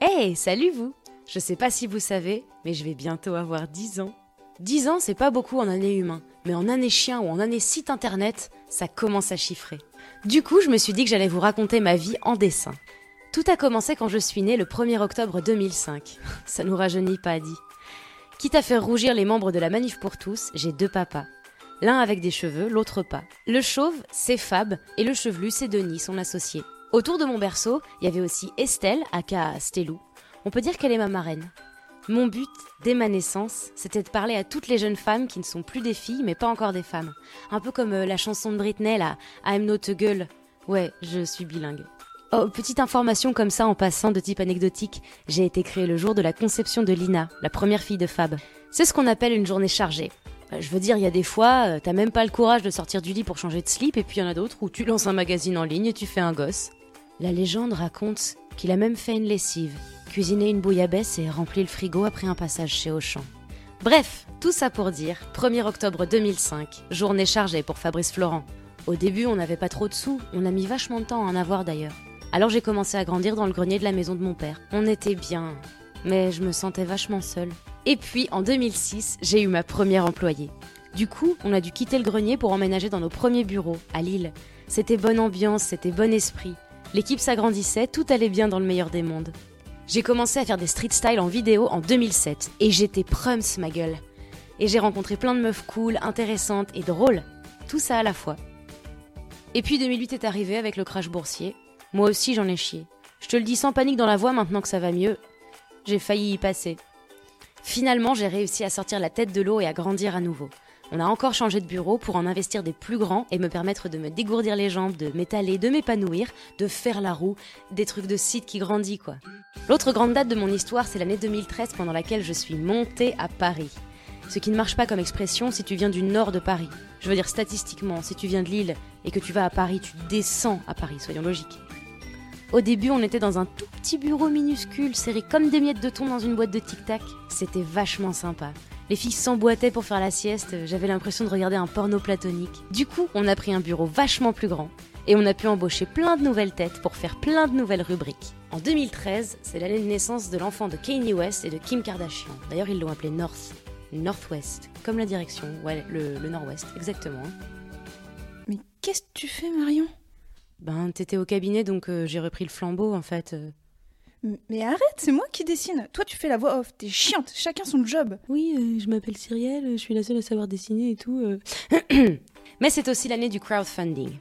O: Hey, salut vous Je sais pas si vous savez, mais je vais bientôt avoir 10 ans. 10 ans, c'est pas beaucoup en année humain, mais en année chien ou en année site internet, ça commence à chiffrer. Du coup, je me suis dit que j'allais vous raconter ma vie en dessin. Tout a commencé quand je suis née le 1er octobre 2005. Ça nous rajeunit pas, dit. Quitte à faire rougir les membres de la manif pour tous, j'ai deux papas. L'un avec des cheveux, l'autre pas. Le chauve, c'est Fab, et le chevelu, c'est Denis, son associé. Autour de mon berceau, il y avait aussi Estelle, aka Stelou. On peut dire qu'elle est ma marraine. Mon but, dès ma naissance, c'était de parler à toutes les jeunes femmes qui ne sont plus des filles, mais pas encore des femmes. Un peu comme euh, la chanson de Britney, là, I'm not a girl. Ouais, je suis bilingue. Oh, petite information comme ça en passant de type anecdotique, j'ai été créée le jour de la conception de Lina, la première fille de Fab. C'est ce qu'on appelle une journée chargée. Euh, Je veux dire, il y a des fois, euh, t'as même pas le courage de sortir du lit pour changer de slip, et puis il y en a d'autres où tu lances un magazine en ligne et tu fais un gosse. La légende raconte qu'il a même fait une lessive, cuisiné une bouillabaisse et rempli le frigo après un passage chez Auchan. Bref, tout ça pour dire, 1er octobre 2005, journée chargée pour Fabrice Florent. Au début, on n'avait pas trop de sous, on a mis vachement de temps à en avoir d'ailleurs. Alors j'ai commencé à grandir dans le grenier de la maison de mon père. On était bien, mais je me sentais vachement seule. Et puis, en 2006, j'ai eu ma première employée. Du coup, on a dû quitter le grenier pour emménager dans nos premiers bureaux, à Lille. C'était bonne ambiance, c'était bon esprit. L'équipe s'agrandissait, tout allait bien dans le meilleur des mondes. J'ai commencé à faire des street style en vidéo en 2007 et j'étais prums ma gueule. Et j'ai rencontré plein de meufs cool, intéressantes et drôles. Tout ça à la fois. Et puis 2008 est arrivé avec le crash boursier. Moi aussi j'en ai chié. Je te le dis sans panique dans la voix maintenant que ça va mieux. J'ai failli y passer. Finalement, j'ai réussi à sortir la tête de l'eau et à grandir à nouveau. On a encore changé de bureau pour en investir des plus grands et me permettre de me dégourdir les jambes, de m'étaler, de m'épanouir, de faire la roue, des trucs de site qui grandit quoi. L'autre grande date de mon histoire, c'est l'année 2013 pendant laquelle je suis montée à Paris. Ce qui ne marche pas comme expression si tu viens du nord de Paris. Je veux dire statistiquement, si tu viens de Lille et que tu vas à Paris, tu descends à Paris, soyons logiques. Au début, on était dans un tout petit bureau minuscule, serré comme des miettes de thon dans une boîte de tic-tac. C'était vachement sympa. Les filles s'emboîtaient pour faire la sieste, j'avais l'impression de regarder un porno platonique. Du coup, on a pris un bureau vachement plus grand et on a pu embaucher plein de nouvelles têtes pour faire plein de nouvelles rubriques. En 2013, c'est l'année de naissance de l'enfant de Kanye West et de Kim Kardashian. D'ailleurs, ils l'ont appelé North, Northwest, comme la direction, ouais, le, le Nord-Ouest, exactement.
P: Mais qu'est-ce que tu fais, Marion
O: Ben, t'étais au cabinet, donc euh, j'ai repris le flambeau en fait. euh.
P: M- Mais arrête, c'est moi qui dessine. Toi, tu fais la voix off. T'es chiante. Chacun son job.
O: Oui, euh, je m'appelle Cyrielle, je suis la seule à savoir dessiner et tout. euh. Mais c'est aussi l'année du crowdfunding.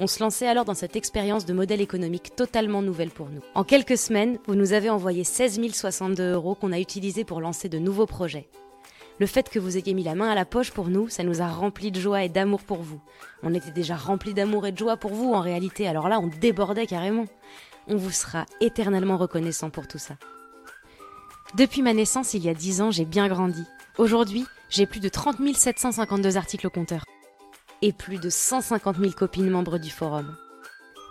O: On se lançait alors dans cette expérience de modèle économique totalement nouvelle pour nous. En quelques semaines, vous nous avez envoyé 16 062 euros qu'on a utilisés pour lancer de nouveaux projets. Le fait que vous ayez mis la main à la poche pour nous, ça nous a remplis de joie et d'amour pour vous. On était déjà remplis d'amour et de joie pour vous en réalité, alors là on débordait carrément. On vous sera éternellement reconnaissant pour tout ça. Depuis ma naissance il y a 10 ans, j'ai bien grandi. Aujourd'hui, j'ai plus de 30 752 articles au compteur et plus de 150 000 copines membres du forum.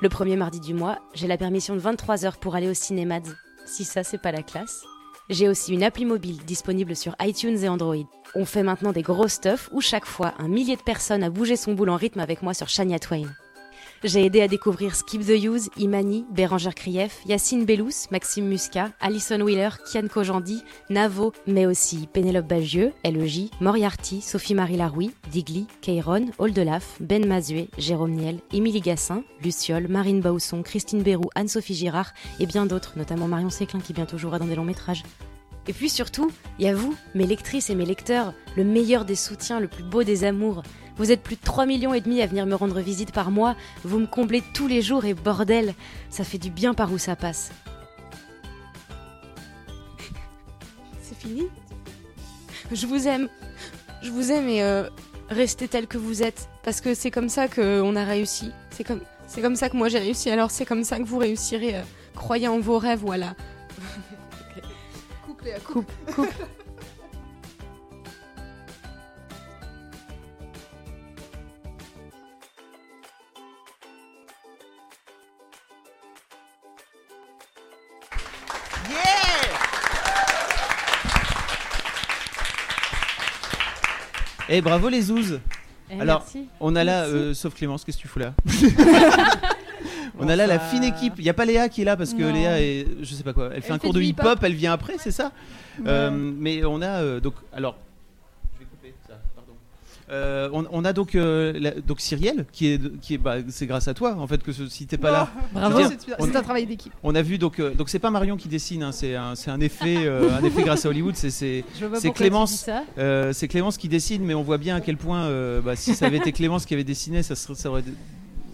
O: Le premier mardi du mois, j'ai la permission de 23h pour aller au cinéma. Si ça, c'est pas la classe. J'ai aussi une appli mobile disponible sur iTunes et Android. On fait maintenant des gros stuff où chaque fois, un millier de personnes a bougé son boule en rythme avec moi sur Shania Twain. J'ai aidé à découvrir Skip the Use, Imani, Bérangère Krief, Yacine Bellous, Maxime Muscat, Alison Wheeler, Kian Kojandi, Navo, mais aussi Pénélope Bagieux, LEJ, Moriarty, Sophie-Marie Laroui, Digli, Keiron, Oldelaf, Ben Mazué, Jérôme Niel, Émilie Gassin, Luciole, Marine Bausson, Christine Béroux, Anne-Sophie Girard et bien d'autres, notamment Marion Séclin qui bientôt jouera dans des longs métrages. Et puis surtout, il y a vous, mes lectrices et mes lecteurs, le meilleur des soutiens, le plus beau des amours. Vous êtes plus de 3 millions et demi à venir me rendre visite par mois, vous me comblez tous les jours et bordel, ça fait du bien par où ça passe. C'est fini Je vous aime. Je vous aime et euh, restez tel que vous êtes parce que c'est comme ça que on a réussi. C'est comme c'est comme ça que moi j'ai réussi. Alors c'est comme ça que vous réussirez. euh, croyez en vos rêves, voilà.
M: Coupe, Léa,
O: Coupe, coupe.
B: Et bravo les zouzes.
G: Eh,
B: Alors,
G: merci.
B: on a là,
G: Merci.
B: euh, sauf Clémence, qu'est-ce que tu fous là On a là la fine équipe. Il n'y a pas Léa qui est là parce que
G: Non.
B: Léa est, je sais pas quoi, elle, fait
G: Elle
B: un
G: fait
B: cours
G: du
B: de
G: hip-hop.
B: hip-hop, elle vient après, c'est ça Euh, Mais on a euh, donc, alors, je vais couper ça, pardon. Euh, on, on a donc euh, la- donc Cyrielle qui est qui est bah, c'est grâce à toi en fait que ce- si t'es pas
M: Non.
B: là
M: Ah, Bravo.
B: je veux
M: C'est- c'est
B: on-
M: un travail d'équipe.
B: on a vu donc euh, donc c'est pas Marion qui dessine hein, c'est un, c'est un effet euh, un effet grâce à Hollywood c'est c'est
M: Je vois
B: c'est
M: pourquoi tu dis
B: Clémence
M: ça.
B: euh, c'est Clémence qui dessine mais on voit bien à quel point euh, bah, si ça avait été Clémence qui avait dessiné ça serait- ça aurait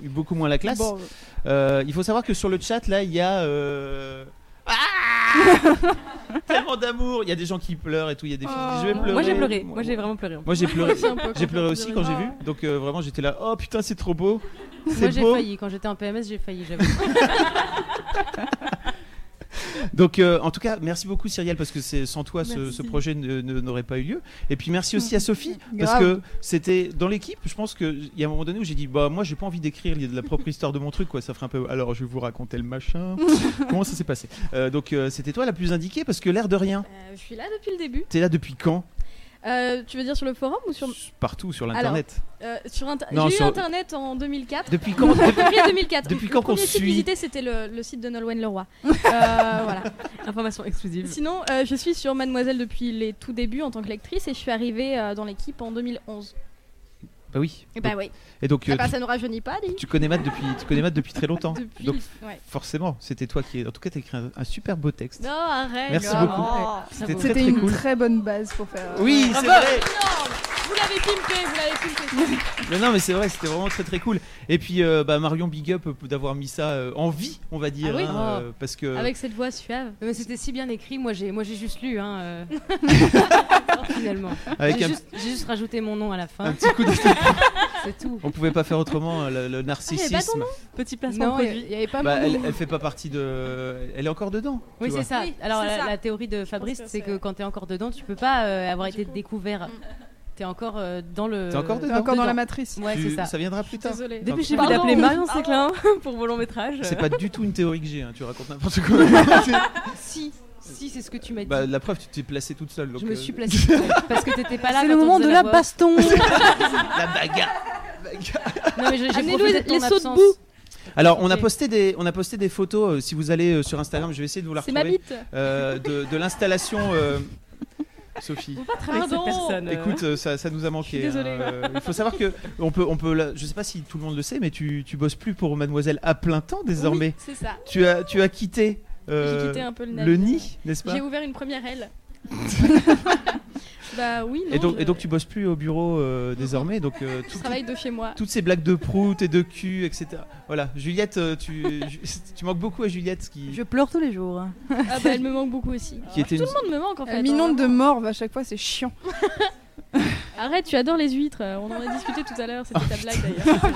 B: eu beaucoup moins la classe
M: Bon.
B: Euh, il faut savoir que sur le chat là il y a euh, ah tellement d'amour il y a des gens qui pleurent et tout il y a des filles qui
M: Oh.
B: disent, je vais pleurer
E: Oh. Moi j'ai pleuré, moi j'ai vraiment pleuré. en fait.
B: moi j'ai pleuré,
E: aussi un peu,
B: j'ai pleuré
E: quand
B: aussi
E: j'ai
B: quand j'ai
E: vu.
B: vu. Donc euh, vraiment j'étais là, oh putain c'est trop beau,
E: Moi
B: c'est
E: j'ai
B: beau. Ah
E: failli, quand j'étais en PMS j'ai failli, j'avoue.
B: Donc euh, en tout cas merci beaucoup Cyrielle parce que c'est sans toi ce,
E: Merci.
B: ce projet ne- ne- n'aurait pas eu lieu. Et puis merci aussi à Sophie parce
M: Grave.
B: que c'était dans l'équipe. Je pense que il y a un moment donné où j'ai dit bah moi j'ai pas envie d'écrire il y a de la propre histoire de mon truc quoi. Ça ferait un peu alors je vais vous raconter le machin. Comment ça s'est passé Euh, Donc euh, c'était toi la plus indiquée parce que l'air de rien.
E: Euh, je suis là depuis le début.
B: T'es là depuis quand
E: Euh, tu veux dire sur le forum ou sur.
B: Partout sur l'internet.
E: Alors, euh, sur inter-
B: Non,
E: J'ai eu
B: sur-
E: internet en 2004.
B: Depuis quand- depuis-
E: Février 2004.
B: depuis
E: Le
B: quand qu'on
E: premier site
B: suit
E: visité, c'était le, le site de Nolwenn Leroy. Euh, voilà.
N: Information exclusive.
E: Sinon, euh, je suis sur Mademoiselle depuis les tout débuts en tant que lectrice et je suis arrivée euh, dans l'équipe en 2011.
B: Bah oui.
E: Et bah
B: Donc-
E: oui.
B: Et donc
E: Ah
Q: Eh
B: euh,
E: bah,
B: tu-
E: ça nous rajeunit pas, dis.
B: Tu connais Matt depuis, tu connais Matt depuis très longtemps.
E: Depuis-
B: donc
E: ouais.
B: forcément, c'était toi qui. En tout cas, t'as écrit un, un super beau texte.
E: Non, arrête.
B: Merci
E: non. Oh,
B: beaucoup. C'était très,
M: C'était
B: très
M: une
B: cool.
M: très bonne base pour faire. euh,
B: Oui, c'est vrai.
E: Non, vous l'avez pimpé, vous l'avez pimpé.
B: Mais non, mais c'est vrai, c'était vraiment très très cool. Et puis euh, bah, Marion Big Up euh, d'avoir mis ça euh, en vie, on va dire,
E: Ah oui.
B: hein,
E: Oh.
B: euh, parce que.
E: cette voix suave. Mais c'était si bien écrit, moi j'ai moi j'ai juste lu hein, euh. finalement.
B: Avec
E: J'ai
B: un-
E: juste, j'ai juste rajouté mon nom à la fin.
B: Un petit coup de-
E: C'est tout.
B: On pouvait pas faire autrement euh, le, le
E: Ah,
B: narcissisme.
E: Petit
N: placement
E: non,
N: produit.
E: Il y avait pas
B: Bah,
E: mon
B: elle,
E: nom.
B: elle fait pas partie de. Elle est encore dedans. tu
E: Oui,
B: vois.
E: c'est ça.
N: Oui,
E: Alors,
N: c'est
E: la,
N: ça.
E: la théorie de Fabrice, c'est que quand t'es encore dedans, tu peux pas euh, avoir été découvert. T'es encore euh, dans le.
B: T'es encore dedans.
E: Dedans. Ouais,
B: Tu-
E: c'est ça.
B: Ça viendra plus tard.
E: Désolée.
B: Donc-
E: Depuis, j'ai voulu l'appeler Marion Séclin pour mon long métrage.
B: C'est pas du tout une théorie que j'ai. hein, Tu racontes n'importe quoi.
E: si, si, c'est ce que tu m'as dit.
B: Bah, la preuve, tu t'es placée toute seule. donc,
E: je me
B: euh,
E: suis placée toute seule, parce que t'étais pas là.
D: C'est
E: quand
D: le
E: on
D: moment
E: faisait
D: de la
E: voix.
D: baston.
B: La bagarre.
E: Non, mais j'ai- j'ai
D: Amenez-nous
E: profité
D: les-
E: de ton
D: les sauts de
E: absence.
D: boue.
B: Alors, on a
E: Ok.
B: posté des, on a posté des photos. euh, si vous allez euh, sur Instagram, je vais essayer de vous la
E: C'est ma
B: retrouver.
E: bite.
B: euh, de de l'installation. euh, Sophie.
E: travailler avec cette Pardon. personne, euh.
B: Écoute, euh, ça, ça nous a manqué.
E: Je suis désolée.
B: hein. Il faut savoir que on peut, on peut. la- Je sais pas si tout le monde le sait, mais tu, tu bosses plus pour Mademoiselle à plein temps désormais.
N: c'est ça.
B: Tu as, tu as quitté euh,
Q: J'ai quitté un peu le,
B: le
Q: navire.
B: nid, n'est-ce pas
Q: J'ai ouvert une première aile. bah oui, non,
B: et, donc,
Q: je,
B: et donc tu bosses plus au bureau euh, désormais, donc euh,
Q: je
B: tout-
Q: travaille de chez moi.
B: toutes ces blagues de prout et de cul, etc. Voilà, Juliette, euh, tu, Ju- tu manques beaucoup à Juliette qui.
D: Je pleure tous les jours.
Q: Ah bah elle me manque beaucoup aussi.
I: Ah,
B: Qui était
Q: Tout
B: une-
Q: le monde me manque en fait.
P: Elle
Q: hein,
P: Euh, m'inonde de
Q: vraiment.
P: morve à chaque fois, c'est chiant.
Q: Arrête, tu adores les huîtres. Euh, On en a discuté tout à l'heure. C'était
E: Ah,
Q: ta blague d'ailleurs.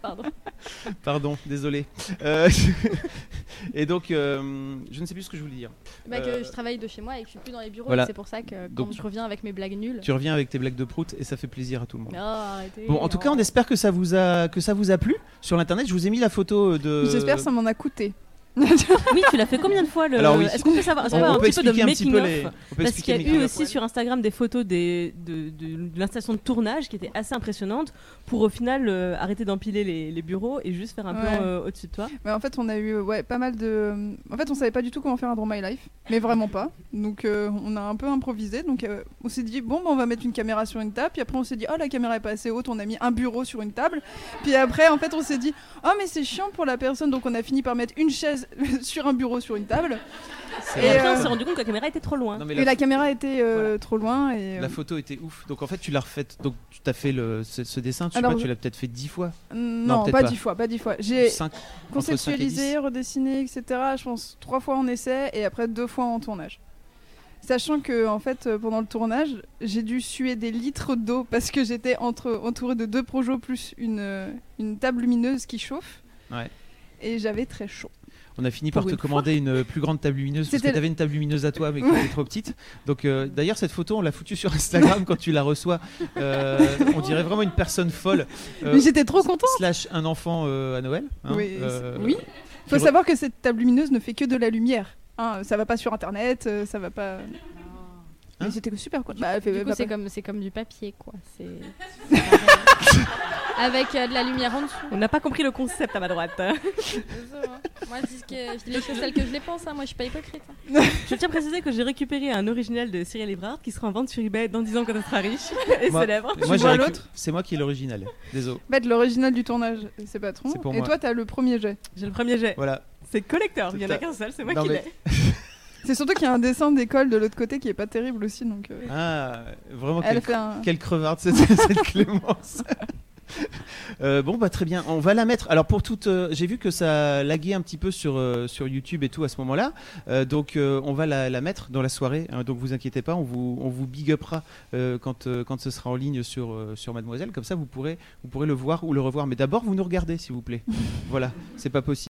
Q: Pardon.
B: Pardon, désolé. Euh, et donc, euh, je ne sais plus ce que je voulais dire.
P: Eh
Q: Bah,
P: ben,
Q: que
B: Euh,
Q: je travaille de chez moi et que je suis plus dans les bureaux.
B: voilà.
Q: et C'est pour ça que quand
B: Donc,
Q: je reviens avec mes blagues nulles.
B: Euh, Tu reviens avec tes blagues de prout et ça fait plaisir à tout le monde.
Q: Non,
P: Ah,
Q: arrêtez,
B: Bon, en tout
Q: non.
B: cas, on espère que ça vous a que ça vous a plu. Sur l'internet, je vous ai mis la photo euh, de.
P: J'espère que ça m'en a coûté.
F: Oui, tu l'as fait combien de fois le...
B: Alors oui.
F: Est-ce qu'on peut savoir, est-ce
B: On-
F: qu'on peut
B: on
F: avoir
B: peut
F: un petit peu de
B: expliquer un petit
F: making
B: peu
F: of
B: les- on peut
F: Parce
B: expliquer
F: qu'il y a
B: les
F: eu
B: making
F: aussi sur Instagram des photos des, de, de- de l'installation de tournage qui était assez impressionnante pour au final euh, arrêter d'empiler les, les bureaux et juste faire un
P: Ouais.
F: plan euh, au-dessus de toi.
P: Mais en fait, on a eu euh, ouais, pas mal de. En fait, on savait pas du tout comment faire un Draw My Life, mais vraiment pas. Donc, euh, on a un peu improvisé. Donc, euh, on s'est dit, bon, bah, on va mettre une caméra sur une table. Puis après, on s'est dit, oh, la caméra est pas assez haute. On a mis un bureau sur une table. Puis après, en fait, on s'est dit, oh, mais c'est chiant pour la personne. Donc, on a fini par mettre une chaise sur un bureau sur une table.
F: Et après, on
P: euh,
F: s'est rendu compte que la caméra était trop loin.
B: Non, mais
P: Et
B: la-
P: la... caméra était euh, trop loin. Et, euh,
B: La photo était ouf. Donc en fait, tu l'as refaite. Donc tu t'as fait le, ce, ce dessin. Tu, sais
P: Alors,
B: pas, tu
P: je- Mm,
B: l'as peut-être fait dix fois.
P: Non,
B: peut-être
P: pas dix fois, pas dix fois. J'ai
B: Cinq- entre cinq et
P: conceptualisé, redessiné, etc. Je pense trois fois en essai et après deux fois en tournage. Sachant que en fait euh, pendant le tournage, j'ai dû suer des litres d'eau parce que j'étais entre entourée de deux projos plus une euh, une table lumineuse qui chauffe
B: Ouais.
P: et j'avais très chaud.
B: On a fini
P: Pour
B: par te
P: une
B: commander une plus grande table lumineuse parce que
P: C'était-
B: t'avais une table lumineuse à toi mais qui était trop petite. Donc euh, d'ailleurs cette photo on l'a foutue sur Instagram quand tu la reçois. Euh, on dirait vraiment une personne folle. Euh,
P: Mais j'étais trop contente.
B: Slash un enfant euh, à Noël. hein,
P: oui.
B: euh,
P: oui.
B: tu
P: Faut
B: re-
P: savoir que cette table lumineuse ne fait que de la lumière. Hein, ça va pas sur internet, euh, ça va pas.
B: Hein
P: Mais c'était super quoi. Bah, elle fait-
Q: Du coup,
P: bah,
Q: c'est
P: pas-
Q: comme, c'est comme du papier, quoi. C'est. Avec euh, de la lumière en dessous.
F: On n'a pas compris le concept à ma droite.
Q: Moi, je dis ce que, je dis les choses telles que je les pense, hein. moi je suis pas hypocrite. hein.
F: Je tiens à préciser que j'ai récupéré un original de Cyril Librard qui sera en vente sur eBay dans 10 ans quand elle sera riche et
B: Moi-
F: célèbre.
B: moi, j'ai récu- C'est moi qui est l'original. Désolé.
P: En fait, l'original du tournage, c'est patron.
B: C'est pour
P: et
B: moi.
P: toi, t'as le premier jet.
F: J'ai le premier jet.
B: Voilà.
F: C'est collector, il y en a
B: T'as-
F: qu'un seul, c'est moi
B: Non,
F: qui
B: mais-
F: l'ai.
P: C'est surtout qu'il y a un dessin d'école de l'autre côté qui est pas terrible aussi. Donc, euh,
B: Ah, vraiment,
P: Elle
B: quelle,
P: fait un-
B: quelle crevarde cette, cette Clémence. Euh, bon bah très bien, on va la mettre. Alors pour toute, euh, j'ai vu que ça laguait un petit peu sur euh, sur YouTube et tout à ce moment-là, Euh, donc euh, on va la, la mettre dans la soirée. hein. donc vous inquiétez pas, on vous on vous big upera euh, quand euh, quand ce sera en ligne sur euh, sur Mademoiselle. Comme ça vous pourrez vous pourrez le voir ou le revoir. Mais d'abord vous nous regardez s'il vous plaît. voilà, c'est pas possible.